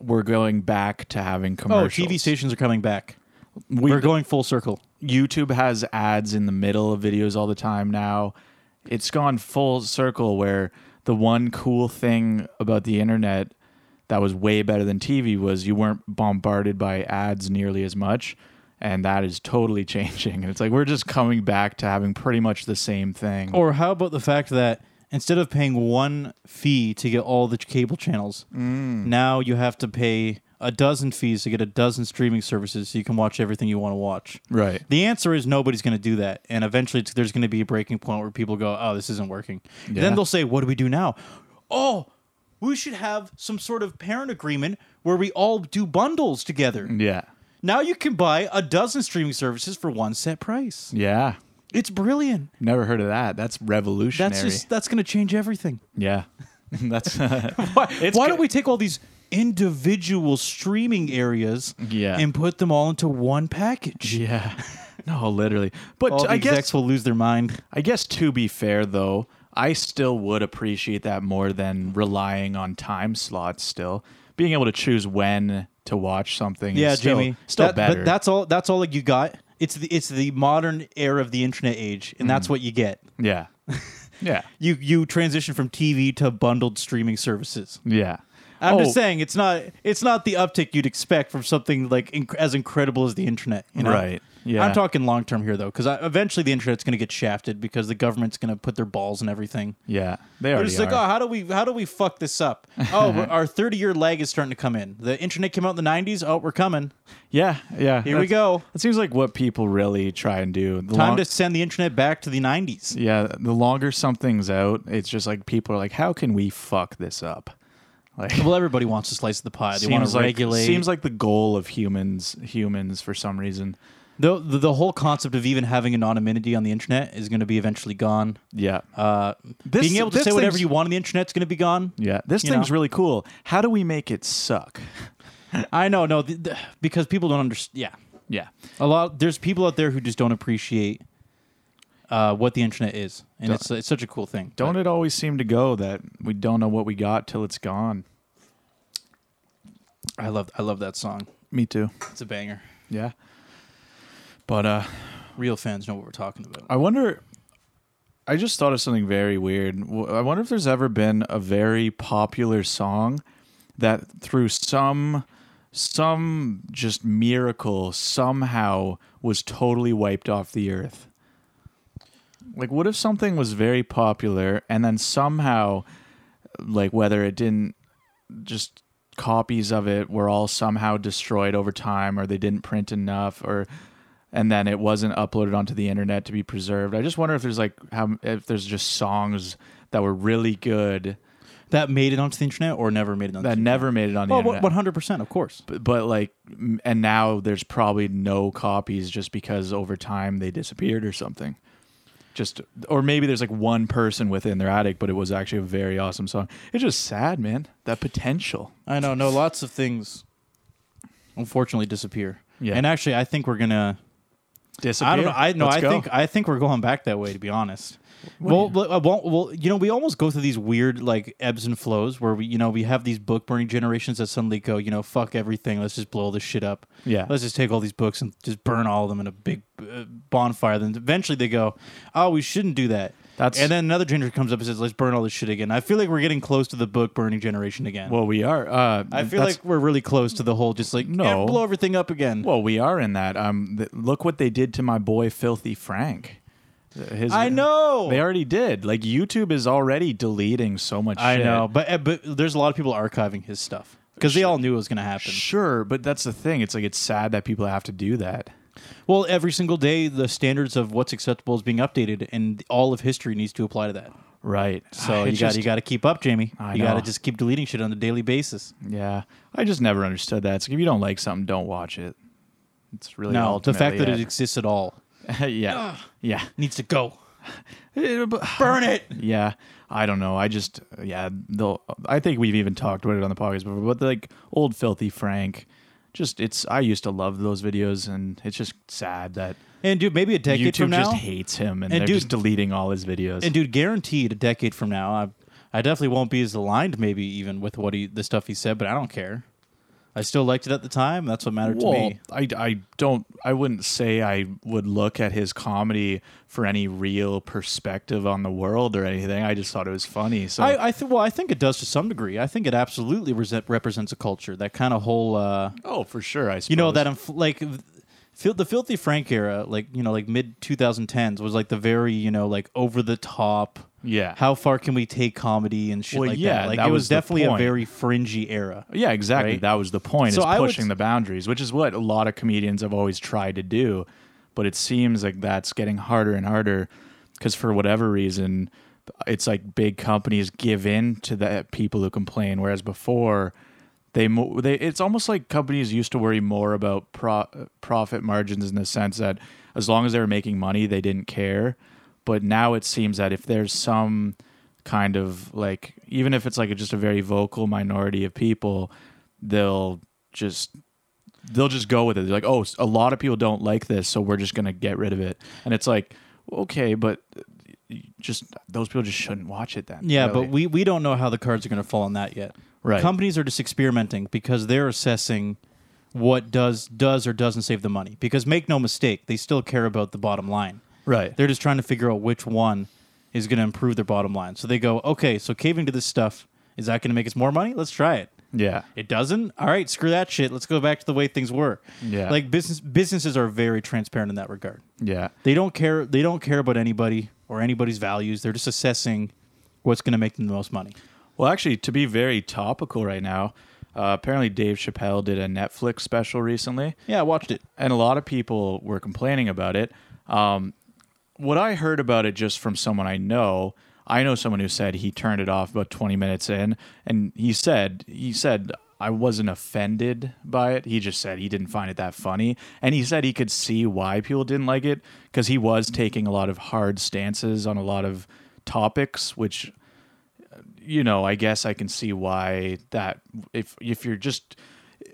we're going back to having Oh, commercials. TV stations are coming back. We- We're going full circle. YouTube has ads in the middle of videos all the time now. It's gone full circle where the one cool thing about the internet that was way better than TV was you weren't bombarded by ads nearly as much. And that is totally [LAUGHS] changing. And it's like we're just coming back to having pretty much the same thing. Or how about the fact that instead of paying one fee to get all the ch- cable channels, now you have to pay a dozen fees to get a dozen streaming services so you can watch everything you want to watch. Right. The answer is nobody's going to do that, and eventually it's, there's going to be a breaking point where people go, "Oh, this isn't working." Yeah. Then they'll say, "What do we do now?" Oh, we should have some sort of parent agreement where we all do bundles together. Yeah. Now you can buy a dozen streaming services for one set price. Yeah. It's brilliant. Never heard of that. That's revolutionary. That's just that's going to change everything. yeah. [LAUGHS] That's [LAUGHS] Why, It's why go- don't we take all these individual streaming areas Yeah. and put them all into one package? yeah. [LAUGHS] No, literally. But All the I guess execs will lose their mind. I guess to be fair though, I still would appreciate that more than relying on time slots still. Being able to choose when to watch something Yeah, is still, Jamie. still That- better. But that's all. That's all you got. It's the it's the modern era of the internet age, and Mm. that's what you get. [LAUGHS] yeah. yeah. You you transition from TV to bundled streaming services. Yeah. I'm Oh, just saying it's not it's not the uptick you'd expect from something like inc- as incredible as the internet. You know? Right. Yeah. I'm talking long term here though, because eventually the internet's going to get shafted because the government's going to put their balls in everything. Yeah, they They're already just like, are. oh, how do we how do we fuck [LAUGHS] this up? Oh, we're- our 30 year lag is starting to come in. The internet came out in the 90s. Oh, we're coming. yeah, yeah. Here we That's- go. It seems like what people really try and do. The Time long- to send the internet back to the 90s. yeah, the longer something's out, it's just like people are like, how can we fuck this up? Like, Well, everybody wants a slice of the pie. They want seems to like regulate. seems like the goal of humans humans for some reason. the, the the whole concept of even having anonymity on the internet is going to be eventually gone. Yeah, Uh, This- being able to this say whatever thing's- you want on the internet's going to be gone. yeah. This You thing's know? really cool. How do we make it suck? I know, no, th- th- because people don't understand. Yeah, Yeah, a lot. There's people out there who just don't appreciate uh, what the internet is, and it's it's such a cool thing. don't it always seem to go that we don't know what we got till it's gone? But I love I love that song. Me too. It's a banger. Yeah, but uh, Real fans know what we're talking about. I wonder. I just thought of something very weird. W- I wonder if there's ever been a very popular song that through some some just miracle somehow was totally wiped off the earth. Like what if something was very popular and then somehow like whether it didn't just copies of it were all somehow destroyed over time or they didn't print enough or and then it wasn't uploaded onto the internet to be preserved. I just wonder if there's like how if there's just songs that were really good That made it onto the internet or never made it onto that the never made it on the internet. internet. Well, one hundred percent, of course. B- but like m- and now there's probably no copies just because over time they disappeared or something. Just or maybe there's like one person within their attic, but it was actually a very awesome song. It's just sad, man. That potential. I know, no, lots of things unfortunately disappear. Yeah. and actually, I think we're gonna. Disappear. I don't know. I no. Let's I go. think I think we're going back that way. To be honest, well, well, I won't- well, you know, we almost go through these weird like ebbs and flows where we, you know, we have these book burning generations that suddenly go, you know, fuck everything. Let's just blow all this shit up. Yeah. Let's just take all these books and just burn all of them in a big uh, bonfire. Then eventually they go, oh, we shouldn't do that. That's- and then another generation comes up and says, let's burn all this shit again. I feel like we're getting close to the book burning generation again. well, we are. Uh, I feel that's- like we're really close to the whole just like No. "Yeah, blow everything up again. Well, we are in that. Um, th- look what they did to my boy, Filthy Frank. Uh, His, I know. they already did. Like YouTube is already deleting so much. I shit. know, but uh, but there's a lot of people archiving his stuff because they all knew it was going to happen. Sure, but that's the thing. It's like it's sad that people have to do that. Well, every single day, the standards of what's acceptable is being updated, and all of history needs to apply to that. Right. So Ah, It you got just- you got to keep up, Jamie. I you got know. to just keep deleting shit on a daily basis. Yeah, I just never understood that. It's like if you don't like something, don't watch it. It's really no, the fact that it ultimately exists at all it- [LAUGHS] yeah, yeah, needs to go. Eh, but- Burn it. Yeah, I don't know. I just yeah, the I think we've even talked about it on the podcast before, but like old filthy Frank, just it's I used to love those videos, and it's just sad that And dude, maybe a decade YouTube from now. just hates him, and, And they're dude- just deleting all his videos. and dude, guaranteed, a decade from now, I I definitely won't be as aligned, maybe even with what he the stuff he said, but I don't care. I still liked it at the time. That's what mattered to well, me. I, I don't I wouldn't say I would look at his comedy for any real perspective on the world or anything. I just thought it was funny. So I, I th- well, I think it does to some degree. I think it absolutely resent represents a culture. That kind of whole. Uh, oh, for sure. I suppose. you know that inf- like fil- the filthy frank era like you know like mid 2010s was like the very you know like over the top Yeah. how far can we take comedy and shit Well, like yeah, that like that it was was the definitely a point. very fringy era Yeah, exactly. Right? That was the point. So is I would pushing s- the boundaries, which is what a lot of comedians have always tried to do, but it seems like that's getting harder and harder because for whatever reason, it's like big companies give in to the people who complain, whereas before. They, mo- they it's almost like companies used to worry more about pro- profit margins in the sense that as long as they were making money they didn't care but now it seems that if there's some kind of like even if it's like just a very vocal minority of people they'll just they'll just go with it they're like oh a lot of people don't like this so we're just going to get rid of it and it's like okay but uh, just those people just shouldn't watch it then yeah really. but we we don't know how the cards are going to fall on that yet Right. companies are just experimenting because they're assessing what does does or doesn't save the money because make no mistake they still care about the bottom line right They're just trying to figure out which one is going to improve their bottom line. So they go, okay, so caving to this stuff is that going to make us more money? Let's try it. Yeah. It doesn't. All right, screw that shit. Let's go back to the way things were. Yeah. Like business businesses are very transparent in that regard. Yeah. They don't care. They don't care about anybody or anybody's values. They're just assessing what's going to make them the most money. Well, actually, to be very topical right now, uh, apparently Dave Chappelle did a Netflix special recently, Yeah, I watched it. and a lot of people were complaining about it. Um, what I heard about it just from someone I know, I know someone who said he turned it off about 20 minutes in, and he said he said I wasn't offended by it. He just said he didn't find it that funny, and he said he could see why people didn't like it because he was taking a lot of hard stances on a lot of topics, which you know, I guess I can see why that if if you're just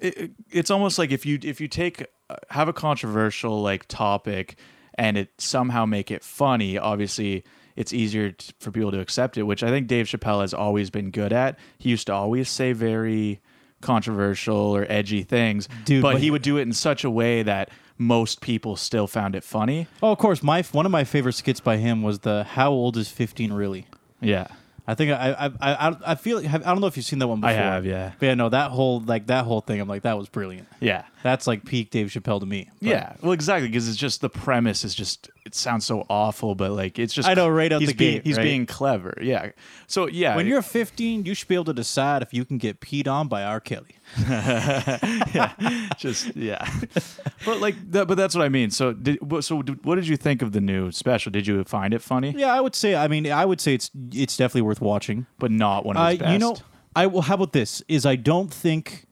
it, it's almost like if you if you take uh, have a controversial like topic and it somehow make it funny, obviously it's easier t- for people to accept it, which I think Dave Chappelle has always been good at. He used to always say very controversial or edgy things, Dude, but but- he would do it in such a way that most people still found it funny. Oh, of course. My one of my favorite skits by him was the "How old is fifteen really." Yeah. I think I I I, I- I feel like, I don't know if you've seen that one before. I have, yeah. But yeah, no, that whole like that whole thing. I'm like, that was brilliant. Yeah. That's like peak Dave Chappelle to me. But Yeah, well, exactly, because it's just the premise is just it sounds so awful, but like it's just I know, right out he's the being, gate, he's right? being clever. Yeah, so yeah, When you're 15, you should be able to decide if you can get peed on by R. Kelly. [LAUGHS] just yeah, but like that, but that's what I mean. So did wh- so did, what did you think of the new special? Did you find it funny? Yeah, I would say. I mean, I would say it's it's definitely worth watching. But not one of Uh, his best. you know, I will. How about this? Is I don't think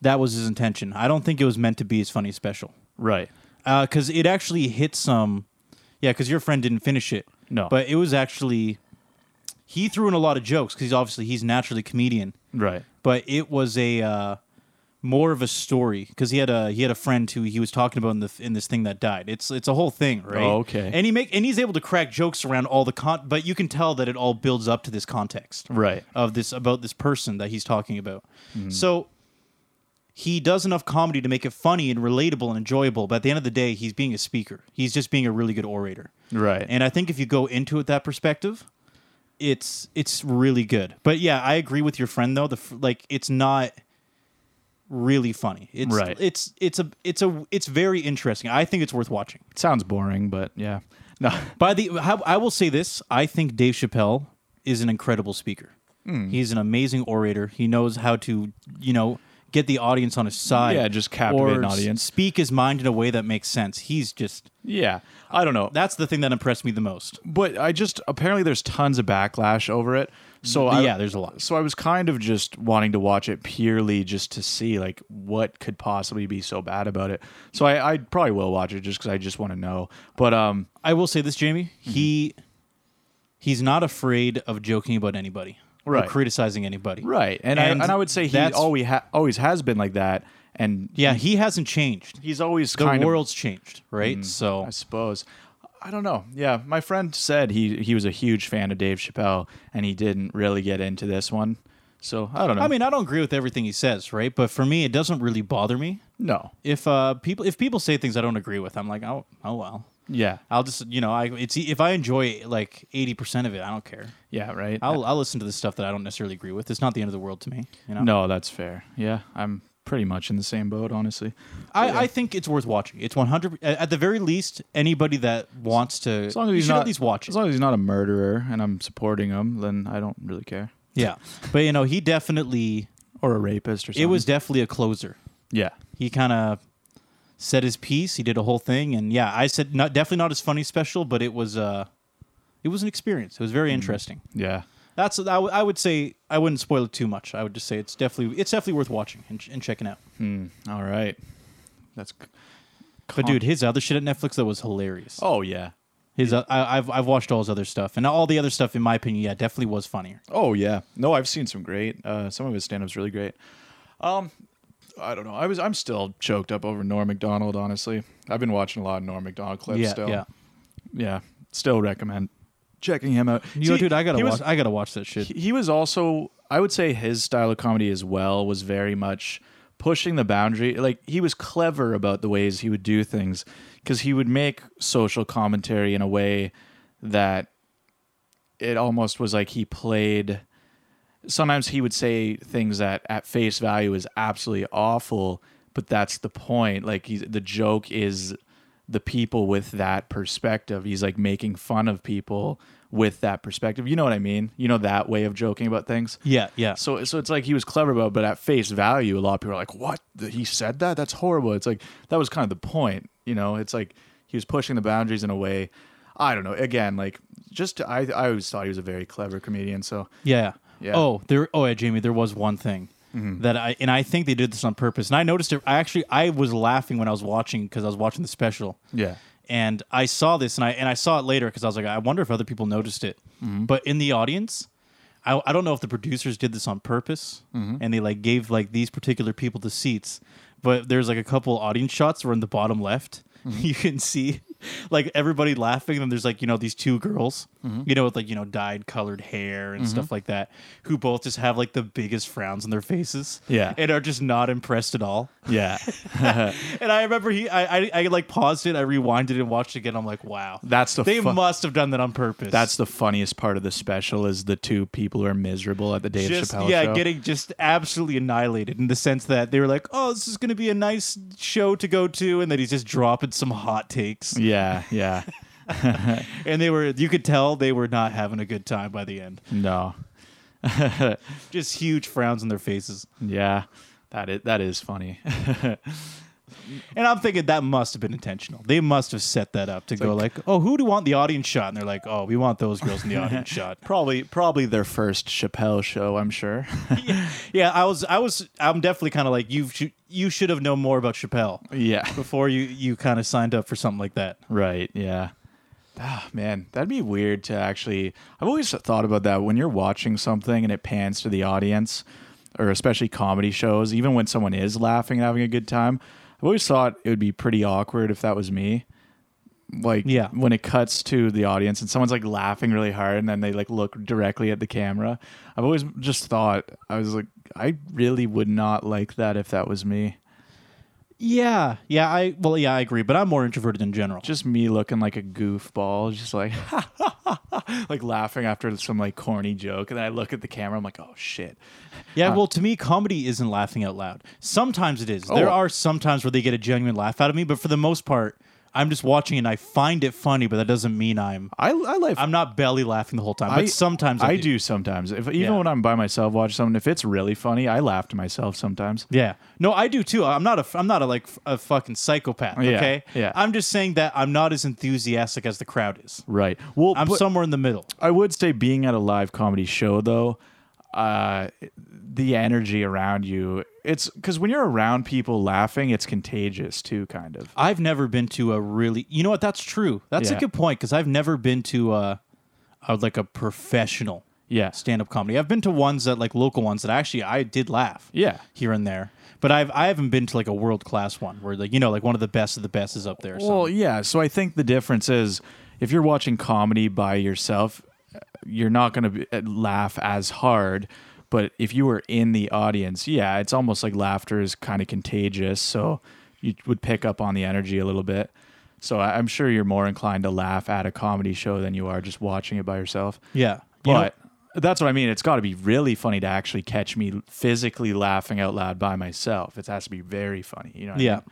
that was his intention. I don't think it was meant to be his funny special right? because it actually hit some. Yeah, because your friend didn't finish it. No. but it was actually he threw in a lot of jokes because he's obviously he's naturally comedian. Right. but it was a uh, more of a story because he had a he had a friend who he was talking about in the in this thing that died. It's it's a whole thing, right? Oh, okay. And he make and he's able to crack jokes around all the con, but you can tell that it all builds up to this context, Right. Of this about this person that he's talking about. Mm-hmm. So he does enough comedy to make it funny and relatable and enjoyable. But at the end of the day, he's being a speaker. He's just being a really good orator. Right. And I think if you go into it that perspective, it's it's really good. But yeah, I agree with your friend though. The f- like it's not really funny. It's Right. it's it's a it's a it's very interesting. I think it's worth watching. It sounds boring, but yeah, no, [LAUGHS] By the how, I will say this, I think Dave Chappelle is an incredible speaker. Hmm. He's an amazing orator. He knows how to, you know, get the audience on his side. Yeah, just captivate or an s- audience. Speak his mind in a way that makes sense. He's just yeah, I don't know. that's the thing that impressed me the most. but I just apparently there's tons of backlash over it. So I, Yeah, there's a lot. So I was kind of just wanting to watch it purely just to see like what could possibly be so bad about it. So I, I probably will watch it just because I just want to know. But um, I will say this, Jamie. Mm-hmm. He he's not afraid of joking about anybody or Right. criticizing anybody. right, and And I and I would say he that's- always ha- always has been like that, and Yeah, he hasn't changed. he's always The kind of Mm-hmm. world's changed, right? So I suppose. I don't know. Yeah, my friend said he he was a huge fan of Dave Chappelle, and he didn't really get into this one. So I don't know. I mean, I don't agree with everything he says, right? But for me, it doesn't really bother me. no. If uh, people if people say things I don't agree with, I'm like, oh, oh well. Yeah. I'll just you know, I it's e, if I enjoy like eighty percent of it, I don't care. Yeah. Right. I'll I'll listen to the stuff that I don't necessarily agree with. It's not the end of the world to me. You know, No, that's fair. Yeah, I'm pretty much in the same boat, honestly. I, I think it's worth watching. It's 100 at at the very least anybody that wants to As long as you he's should not, at least watch it. As long as he's not a murderer and I'm supporting him, then I don't really care. yeah. But you know, he definitely Or a rapist or something. it was definitely a closer. yeah, He kind of said his piece, he did a whole thing and yeah, I said not definitely not his funny special, but it was uh it was an experience. It was Mm-hmm. very interesting. yeah, That's I, w- I would say I wouldn't spoil it too much. I would just say it's definitely it's definitely worth watching and, ch- and checking out. Hmm, all right. That's. c- But dude, his other shit at Netflix that was hilarious. Oh yeah. His uh, I, I've I've watched all his other stuff and all the other stuff in my opinion, yeah, definitely was funnier. Oh yeah. No, I've seen some great. Uh, some of his stand-ups really great. Um, I don't know. I was. I'm still choked up over Norm Macdonald. Honestly, I've been watching a lot of Norm Macdonald clips. yeah, still. yeah. Yeah. Still recommend checking him out. Yo, See, dude, I gotta he watch. was- I gotta watch that shit. he was also i would say his style of comedy as well was very much pushing the boundary like he was clever about the ways he would do things because he would make social commentary in a way that it almost was like he played sometimes he would say things that at face value is absolutely awful, but that's the point. Like he's, the joke is the people with that perspective. He's like making fun of people with that perspective. You know what I mean? You know that way of joking about things. Yeah, yeah. So so it's like he was clever about, it, but at face value, a lot of people are like, "What? Th- He said that? That's horrible." It's like that was kind of the point, you know. It's like he was pushing the boundaries in a way. I don't know. Again, like just I I always thought he was a very clever comedian. So Yeah. Yeah. Mm-hmm. Oh, there. Oh, yeah, Jamie. There was one thing that I and I think they did this on purpose. And I noticed it. I actually I was laughing when I was watching because I was watching the special. yeah, And I saw this and I and I saw it later because I was like, I wonder if other people noticed it. But in the audience, I, I don't know if the producers did this on purpose and they like gave like these particular people the seats. But there's like a couple audience shots where in the bottom left [LAUGHS] you can see like everybody laughing and there's like you know these two girls you know with like you know dyed colored hair and stuff like that who both just have like the biggest frowns on their faces Yeah. and are just not impressed at all yeah. and I remember he, I, I, I like paused it, I rewinded it, and watched it again. I'm like, wow, That's the they fu- must have done that on purpose. That's the funniest part of the special is the two people who are miserable at the Dave just Chappelle yeah, show. getting just absolutely annihilated in the sense that they were like, oh, this is going to be a nice show to go to, and then he's just dropping some hot takes, [LAUGHS] yeah, yeah. and they were, you could tell they were not having a good time by the end. No. Just huge frowns on their faces, Yeah. That is that is funny. and I'm thinking that must have been intentional. They must have set that up to go like, oh, who do you want the audience shot? And they're like, oh, we want those girls in [LAUGHS] the audience shot. probably probably [LAUGHS] their first Chappelle show, I'm sure. yeah, yeah, I was, I was, I'm definitely kind of like you. Sh- you should have known more about Chappelle [LAUGHS] yeah. before you you kind of signed up for something like that. Right. Yeah. Ah, man, that'd be weird to actually. I've always thought about that when you're watching something and it pans to the audience, or especially comedy shows, even when someone is laughing and having a good time. I've always thought it would be pretty awkward if that was me. Like, Yeah. when it cuts to the audience and someone's like laughing really hard and then they like look directly at the camera. I've always just thought, I was like, I really would not like that if that was me. Yeah, yeah, I well, yeah, I agree, but I'm more introverted in general. just me looking like a goofball, just like [LAUGHS] like laughing after some like corny joke, and then I look at the camera, I'm like, oh shit, yeah, well, to me, comedy isn't laughing out loud. Sometimes it is. Oh. There are some times where they get a genuine laugh out of me, but for the most part, I'm just watching and I find it funny, but that doesn't mean I'm I I like. I'm not belly laughing the whole time. I- But sometimes I, I do sometimes. If even Yeah. when I'm by myself watching something, if it's really funny, I laugh to myself sometimes. Yeah. No, I do too. I'm not a I'm not a like f- a fucking psychopath, Yeah, okay? yeah. I'm just saying that I'm not as enthusiastic as the crowd is. Right. Well, I'm but- somewhere in the middle. I would say being at a live comedy show though, uh, the energy around you, it's because when you're around people laughing, it's contagious too, kind of. I've never been to a really You know what? That's true. That's Yeah. a good point cuz I've never been to a, a like a professional Yeah. stand-up comedy. I've been to ones that like local ones that actually I did laugh. Yeah. Here and there. But I've I haven't been to like a world-class one where like you know like one of the best of the best is up there or something. Well, yeah. So I think the difference is if you're watching comedy by yourself, you're not going to be, uh, laugh as hard. But if you were in the audience, yeah, it's almost like laughter is kind of contagious. So you would pick up on the energy a little bit. So I- I'm sure you're more inclined to laugh at a comedy show than you are just watching it by yourself. Yeah. You know- But that's what I mean. It's got to be really funny to actually catch me physically laughing out loud by myself. It has to be very funny. You know? what I Yeah. mean?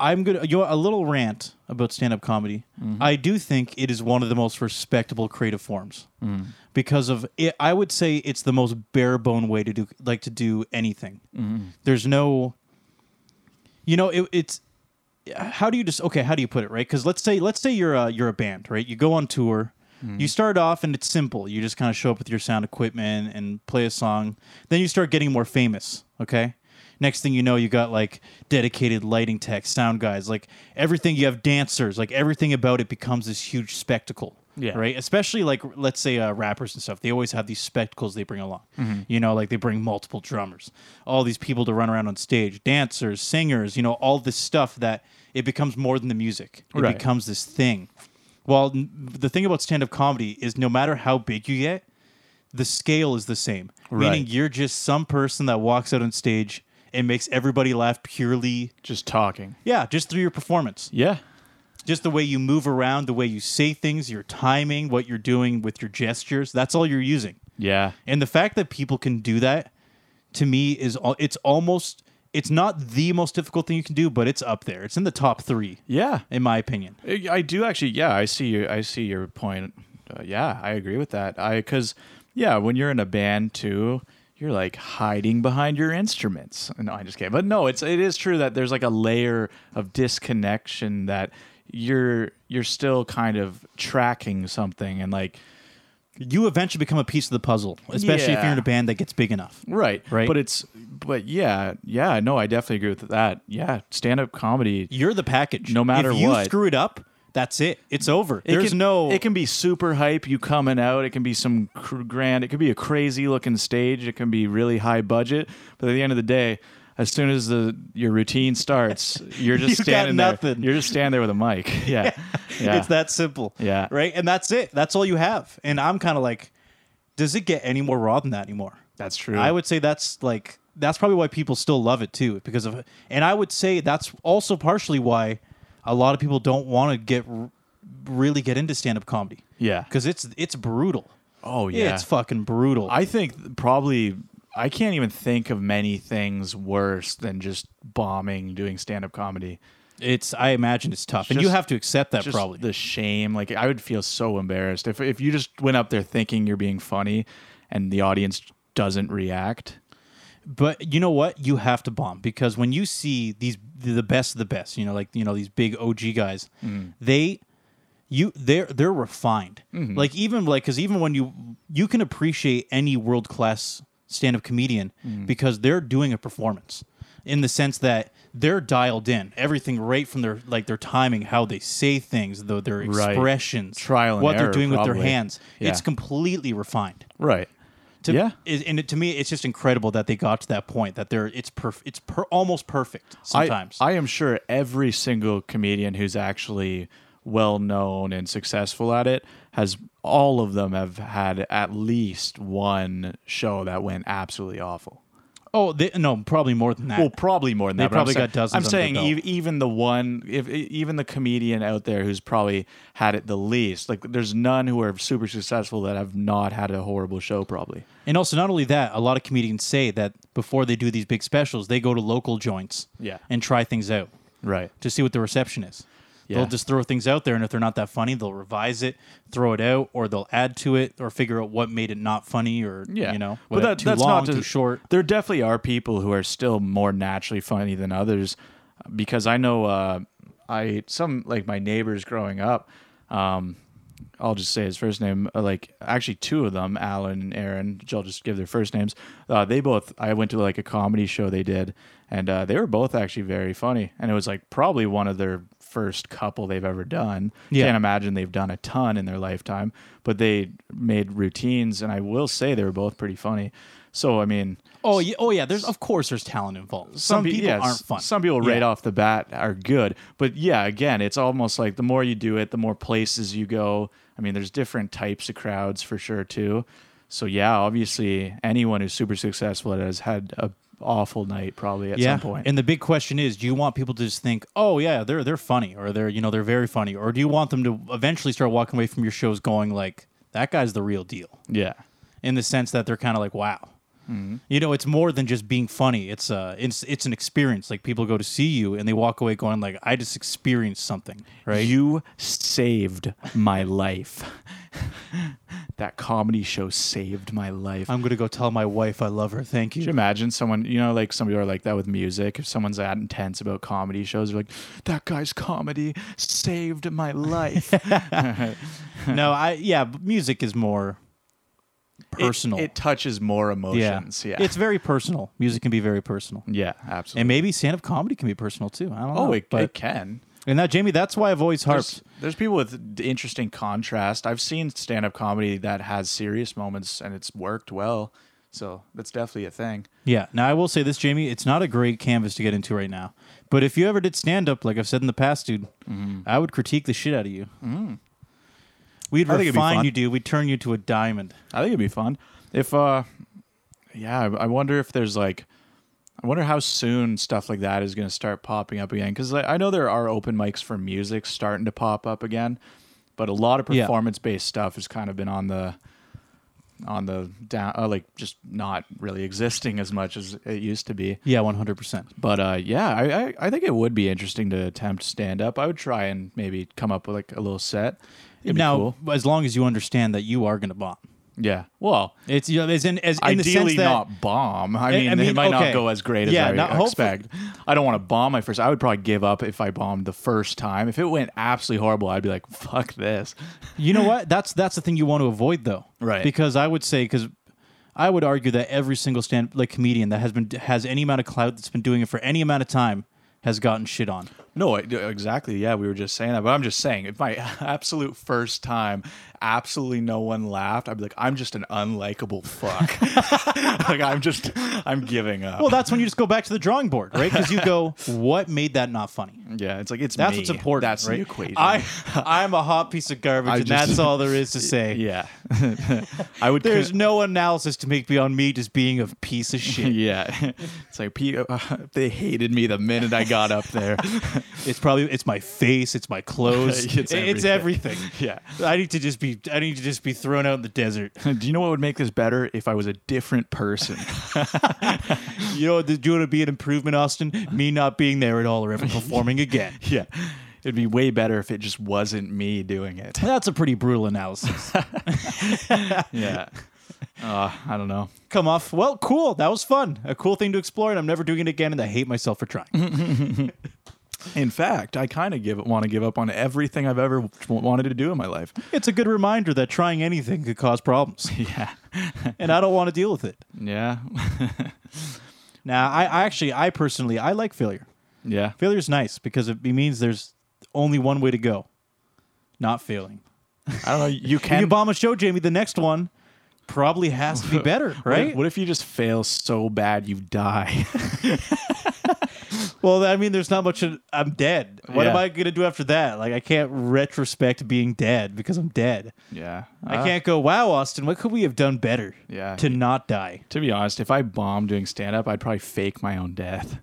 I'm gonna you know, a little rant about stand up comedy. I do think it is one of the most respectable creative forms because of it. I would say it's the most bare bone way to do like to do anything. There's no, you know, it, it's how do you just okay? How do you put it right? Because let's say let's say you're a you're a band, right? You go on tour. You start off and it's simple. You just kind of show up with your sound equipment and play a song. Then you start getting more famous. Okay. Next thing you know, you got like dedicated lighting tech, sound guys, like everything. You have dancers, like everything about it becomes this huge spectacle. Yeah. Right. Especially like let's say uh, rappers and stuff. They always have these spectacles they bring along. Mm-hmm. You know, like they bring multiple drummers, all these people to run around on stage, dancers, singers. You know, all this stuff that it becomes more than the music. It Right. becomes this thing. Well, n- the thing about stand up comedy is no matter how big you get, the scale is the same. Meaning Right. you're just some person that walks out on stage and makes everybody laugh purely, Just talking. yeah, just through your performance. Yeah. Just the way you move around, the way you say things, your timing, what you're doing with your gestures. That's all you're using. Yeah. And the fact that people can do that to me is al- it's almost it's not the most difficult thing you can do, but it's up there. It's in the top 3 Yeah. in my opinion. I I do actually. Yeah, I see your. I see your point. Uh, yeah, I agree with that. I because yeah, when you're in a band too, you're like hiding behind your instruments. No, I just can't. But no, it's it is true that there's like a layer of disconnection that you're you're still kind of tracking something and like You eventually become a piece of the puzzle, especially if you're in Yeah. a band that gets big enough. right Right. But it's but yeah yeah no, I definitely agree with that. Yeah, stand up comedy. You're the package. No matter if you what. screw it up, that's it. It's over. It There's can- no It can be super hype. You coming out. It can be some cr- grand. It could be a crazy looking stage. It can be really high budget. But at the end of the day, as soon as the your routine [LAUGHS] starts, you're just You got standing nothing. there. You're just standing there with a [LAUGHS] mic. Yeah, yeah. [LAUGHS] It's that simple. Yeah. Right? And that's it. That's all you have. And I'm kind of like, does it get any more raw than that anymore? That's true. I would say that's like that's probably why people still love it too because of and I would say that's also partially why a lot of people don't want to get r- really get into stand-up comedy. Yeah. Cuz it's it's brutal. Oh yeah. It's fucking brutal. I think probably I can't even think of many things worse than just bombing doing stand up comedy. it's I imagine it's tough. and you Just- have to accept that just probably. the shame. Like I would feel so embarrassed if if you just went up there thinking you're being funny, and the audience doesn't react. But you know what? You have to bomb because when you see these the best of the best, you know, like you know these big OG guys, Mm-hmm. they you they're they're refined. Mm-hmm. Like even like because even when you you can appreciate any world class stand up comedian Mm-hmm. because they're doing a performance in the sense that they're dialed in everything right from their like their timing how they say things though their Right. expressions Trial and what they're error, doing with their probably. hands Yeah. it's completely refined Right. to, yeah. is, and to me, it's just incredible that they got to that point. That they're it's perf- it's per- almost perfect I, sometimes. I am sure every single comedian who's actually well known and successful at it has all of them have had at least one show that went absolutely awful. oh they, no, probably more than that. Well, probably more than that. They but I'm probably saying- got dozens I'm under saying their e- even the one, if e- even the comedian out there who's probably had it the least. Like, there's none who are super successful that have not had a horrible show. Probably. and also, not only that, a lot of comedians say that before they do these big specials, they go to local joints, Yeah. and try things out Right. to see what the reception is. Yeah. They'll just throw things out there, and if they're not that funny, they'll revise it, throw it out, or they'll add to it, or figure out what made it not funny, or Yeah. you know, but whether that, too that's long, not to, too short. There definitely are people who are still more naturally funny than others, because I know uh, I some like my neighbors growing up. Um, I'll just say his first name. uh, Like actually, two of them, Alan and Aaron. I'll just give their first names. Uh, they both. I went to like a comedy show they did, and uh, they were both actually very funny. And it was like probably one of their first couple they've ever done. Yeah. Can't imagine they've done a ton in their lifetime, but they made routines, and I will say they were both pretty funny. So I mean, Oh yeah, oh yeah. There's of course there's talent involved. Some, pe- people yeah, aren't s- fun. Some people right Yeah. off the bat are good, but yeah, again, it's almost like the more you do it, the more places you go. I mean, there's different types of crowds for sure too. So yeah, obviously, anyone who's super successful has had a awful night probably at some point. And the big question is, do you want people to just think, "Oh yeah, they're they're funny or they're, you know, they're very funny," or do you want them to eventually start walking away from your shows going like, "That guy's the real deal." yeah, In the sense that they're kind of like, "Wow." Mm-hmm. You know, it's more than just being funny. It's uh it's it's an experience. Like people go to see you and they walk away going like, "I just experienced something." Right? you saved my life. [LAUGHS] that comedy show saved my life. [LAUGHS] I'm going to go tell my wife I love her. Thank Could you you. imagine someone, you know, like some people are like that with music. If someone's that intense about comedy shows, they're like, that guy's comedy saved my life. [LAUGHS] It- no, I yeah, but music is more personal. It, touches more emotions. Yeah. Yeah, It's very personal. Music can be very personal. absolutely. And maybe stand up comedy can be personal too. I don't know. oh, it, but, it can. And that, Jamie, that's why I've always There's, harped. there's people with d- interesting contrast. I've seen stand up comedy that has serious moments and it's worked well. So that's definitely a thing. Yeah. Now, I will say this, Jamie, it's not a great canvas to get into right now. But if you ever did stand up, like I've said in the past, dude, Mm-hmm. I would critique the shit out of you. We'd Mm. I think it'd be refine fun. you, dude. We'd turn you to a diamond. I think it'd be fun. If uh yeah, I I wonder if there's like I wonder how soon stuff like that is going to start popping up again cuz I know there are open mics for music starting to pop up again, but a lot of Yeah. performance-based stuff has kind of been on the on the down, uh, like just not really existing as much as it used to be. Yeah, one hundred percent. But uh, yeah, I, I I think it would be interesting to attempt stand up. I would try and maybe come up with like a little set. It'd be Now, cool. as long as you understand that you are going to bomb, yeah. Well, it's you know, as in as in the ideally sense that not bomb. I I- I mean, mean, it might okay. not go as great as Yeah, I not- hopefully- expect. I don't want to bomb my first. I would probably give up if I bombed the first time. If it went absolutely horrible, I'd be like, "Fuck this." You know what? That's that's the thing you want to avoid though. Right. Because I would say cuz I would argue that every single stand like comedian that has been has any amount of clout that's been doing it for any amount of time has gotten shit on. No, I- exactly. Yeah, we were just saying that, but I'm just saying, if my [LAUGHS] absolute first time, absolutely no one laughed, I'd be like, "I'm just an unlikable fuck." [LAUGHS] like I'm just, I'm giving up. Well, that's when you just go back to the drawing board, right? Cuz you go, what made that not funny? yeah, it's like it's That's me. what's important, That's right? the equation. I I'm a hot piece of garbage I and just- that's all there is to say. yeah, [LAUGHS] I would. There's no analysis to make beyond me just being a piece [LAUGHS] of shit. Yeah, it's like P- uh, [LAUGHS] they hated me the minute I got up there. [LAUGHS] It's probably it's my face, it's my clothes, It's it's everything. everything. [LAUGHS] yeah. I need to just be I need to just be thrown out in the desert. Do you know what would make this better if I was a different [LAUGHS] person? You know, do you want to be an improvement, Austin? Me not being there at all or ever performing again. yeah, it'd be way better if it just wasn't me doing it. [LAUGHS] [LAUGHS] That's a pretty brutal analysis. Yeah. Uh, I don't know. [LAUGHS] Come off. Well, cool. That was fun. A cool thing to explore, and I'm never doing it again, and I hate myself for trying. In fact, I kind of give want to give up on everything I've ever w- wanted to do in my life. it's a good reminder that trying anything could cause [LAUGHS] problems, [LAUGHS] Yeah. and I don't want to deal with it. Yeah. [LAUGHS] Now, I, I actually, I personally, I like failure. yeah. Failure's nice because it means there's only one way to go not failing. I don't know. [LAUGHS] You If can you bomb a show, Jamie, the next one probably has to be better, What if- [LAUGHS] right? What if you just fail so bad you die? [LAUGHS] Well, I mean, there's not much. I'm dead. What am Yeah. I gonna do after that? Like, I can't retrospect being dead because I'm dead. yeah. I Uh, can't go. Wow, Austin, what could we have done better? Yeah. to not die. [LAUGHS] To be honest, if I bombed doing stand up, I'd probably fake my own death.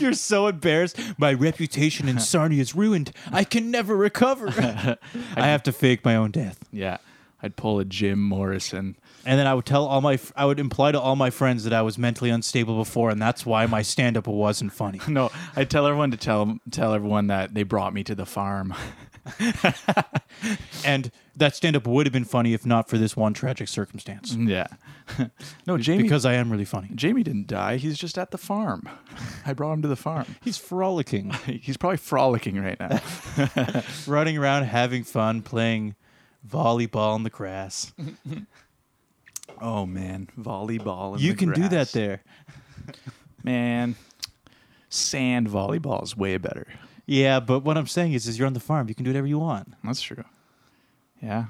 You're so embarrassed. My reputation [LAUGHS] in Sarnia is ruined. I can never recover. [LAUGHS] I have to fake my own death, Yeah. I'd pull a Jim Morrison. [LAUGHS] and then I would tell all my. fr- I would imply to all my friends that I was mentally unstable before, and that's why my stand-up wasn't funny. [LAUGHS] No, I'd tell everyone to tell tell everyone that they brought me to the farm. [LAUGHS] And that stand-up would have been funny if not for this one tragic circumstance. yeah. no, Jamie Because I am really funny. Jamie didn't die. He's just at the farm. I brought him to the farm. [LAUGHS] He's frolicking. He's probably frolicking right now. running around having fun playing volleyball in the grass. [LAUGHS] oh man, volleyball. in you the can do that grass. there. man. Sand volleyball is way better. Yeah, but what I'm saying is, is you're on the farm. You can do whatever you want. That's true. Yeah,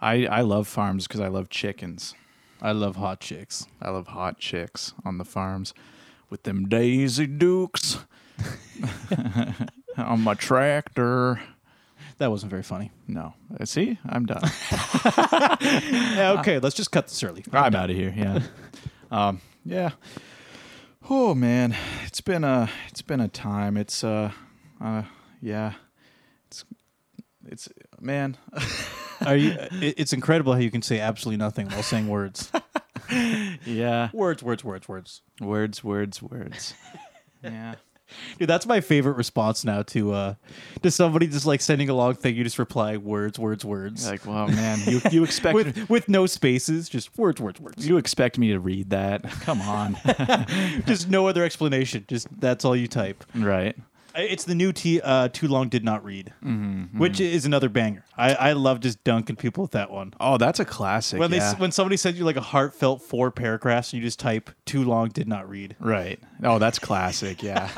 I I love farms because I love chickens. I love hot chicks. I love hot chicks on the farms with them Daisy Dukes [LAUGHS] on my tractor. That wasn't very funny. No, Uh, see, I'm done. Uh, Yeah, okay, let's just cut this early. I'm out of here. Yeah. um, yeah. Oh man, it's been a it's been a time. It's uh, uh yeah. It's it's man. Are you? it- It's incredible how you can say absolutely nothing while [LAUGHS] saying words. Yeah. words, words, words, words. Words, words, words. [LAUGHS] yeah. Dude, that's my favorite response now to uh to somebody just like sending a long thing. You just reply words, words, words, Like, wow, man. [LAUGHS] You you expect with with no spaces, just words, words, [LAUGHS] words. you expect me to read that? [LAUGHS] Come on. just no other explanation. Just that's all you type. right. I- It's the new T, uh, Too Long Did Not Read, Mm-hmm. which is another banger. I, I love just dunking people with that one. Oh, that's a classic. When they yeah. s when somebody sends you like a heartfelt four paragraphs, you just type "Too Long Did Not Read," right. Oh, that's classic. [LAUGHS] Yeah.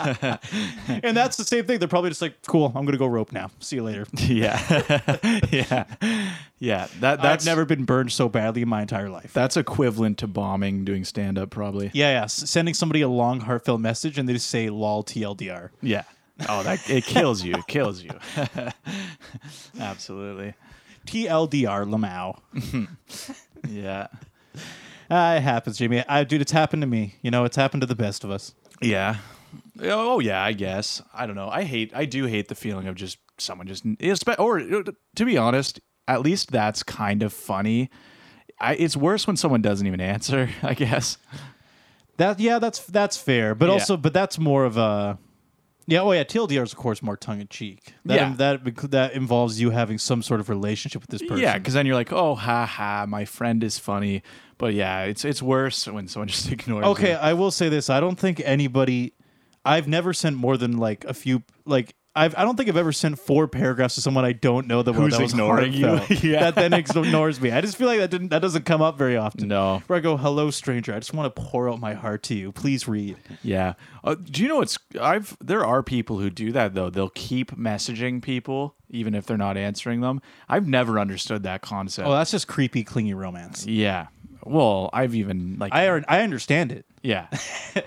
and that's the same thing. They're probably just like, "Cool, I'm gonna go rope now. See you later." yeah. [LAUGHS] yeah. Yeah. That that's I've never been burned so badly in my entire life. that's equivalent to bombing doing stand up probably. yeah, yeah, s- sending somebody a long heartfelt message and they just say "lol tldr." Yeah. Oh, that it kills you. It kills [LAUGHS] you. [LAUGHS] Absolutely. TLDR [LAUGHS] Lamau. Yeah. Ah, it happens, Jamie. I, dude, it's happened to me. You know, it's happened to the best of us. Yeah. Oh yeah, I guess. I don't know. I hate. I do hate the feeling of just someone just. espe- Or to be honest, at least that's kind of funny. I, it's worse when someone doesn't even answer, [LAUGHS] I guess. That yeah, that's that's fair, but Yeah. also but that's more of a yeah. Oh yeah, TLDR is of course more tongue in cheek. That, Yeah. that inc- that involves you having some sort of relationship with this person. Yeah, because then you're like, oh, ha ha, my friend is funny. But yeah, it's it's worse when someone [LAUGHS] just ignores. Okay, you. I will say this. I don't think anybody. I've never sent more than like a few like. I've, I don't think I've ever sent four paragraphs to someone I don't know that, well, Who's that was ignoring you? [LAUGHS] heartfelt, Yeah. That then ignores me. I just feel like that didn't that doesn't come up very often. No. Where I go, hello stranger, I just want to pour out my heart to you. Please read. Yeah. Uh, do you know what's? I've there are people who do that though. They'll keep messaging people even if they're not answering them. I've never understood that concept. Oh, that's just creepy, clingy romance. yeah. Well, I've even like I ar- I understand it. yeah.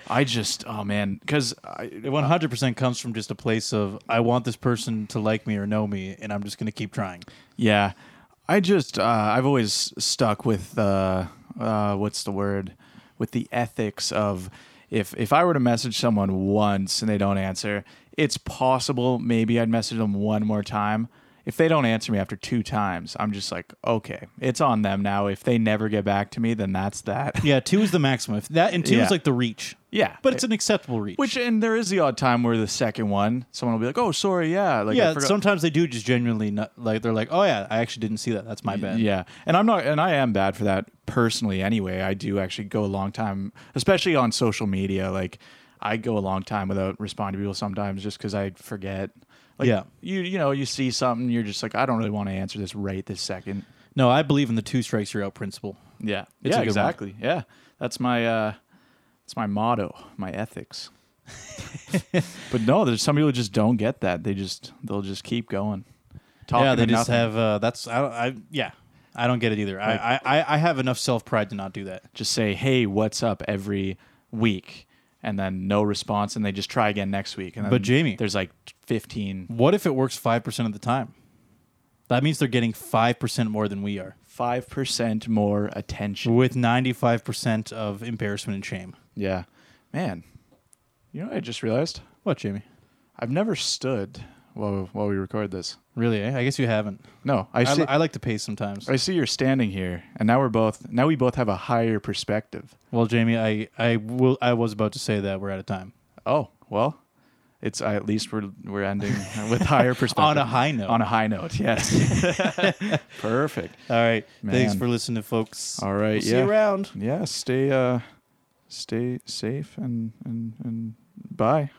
I just oh man, because It 100% comes from just a place of I want this person to like me or know me, and I'm just going to keep trying. yeah, I just uh, I've always stuck with uh, uh, what's the word with the ethics of if if I were to message someone once and they don't answer, it's possible maybe I'd message them one more time. If they don't answer me after two times, I'm just like, okay, it's on them now. If they never get back to me, then that's that. [LAUGHS] Yeah, two is the maximum. If that and two Yeah. is like the reach. yeah, But it's an acceptable reach. which and there is the odd time where the second one, someone will be like, oh, sorry, yeah, like I yeah, forgot- sometimes they do just genuinely not like they're like, oh yeah, I actually didn't see that. That's my bad. Yeah, and I'm not, and I am bad for that personally. Anyway, I do actually go a long time, especially on social media. Like, I go a long time without responding to people sometimes, just because I forget. Like, Yeah. you you know, you see something, you're just like, I don't really want to answer this right this second. No, I believe in the two strikes you're out principle. Yeah, yeah, It's a good one. exactly. Yeah, that's my uh, that's my motto, my [LAUGHS] ethics. but no, there's some people who just don't get that. They just they'll just keep going. Talking yeah, they to just nothing. have uh, that's I, don't- I yeah, I don't get it either. I, I I- I have enough self pride to not do that. just say, "Hey, what's up?" every week, and then no response, and they just try again next week. And then But Jamie- there's like fifteen, What if it works five percent of the time? That means they're getting five percent more than we are, five percent more attention. with ninety five percent of embarrassment and shame. Yeah, man. You know, what I just realized What, Jamie? I've never stood while while we record this. Really? eh? I guess you haven't. No, I I, see. li- I like to pace sometimes. I see you're standing here, and now we're both now we both have a higher perspective. Well, Jamie, I I will. I was about to say that we're out of time. Oh well, it's I, at least we're we're [LAUGHS] ending with higher perspective On a high note. on a high note. [LAUGHS] Yes, [LAUGHS] perfect. All right. Thanks Man. for listening, folks. All right, We'll See yeah. you around. yeah stay uh stay safe and and and bye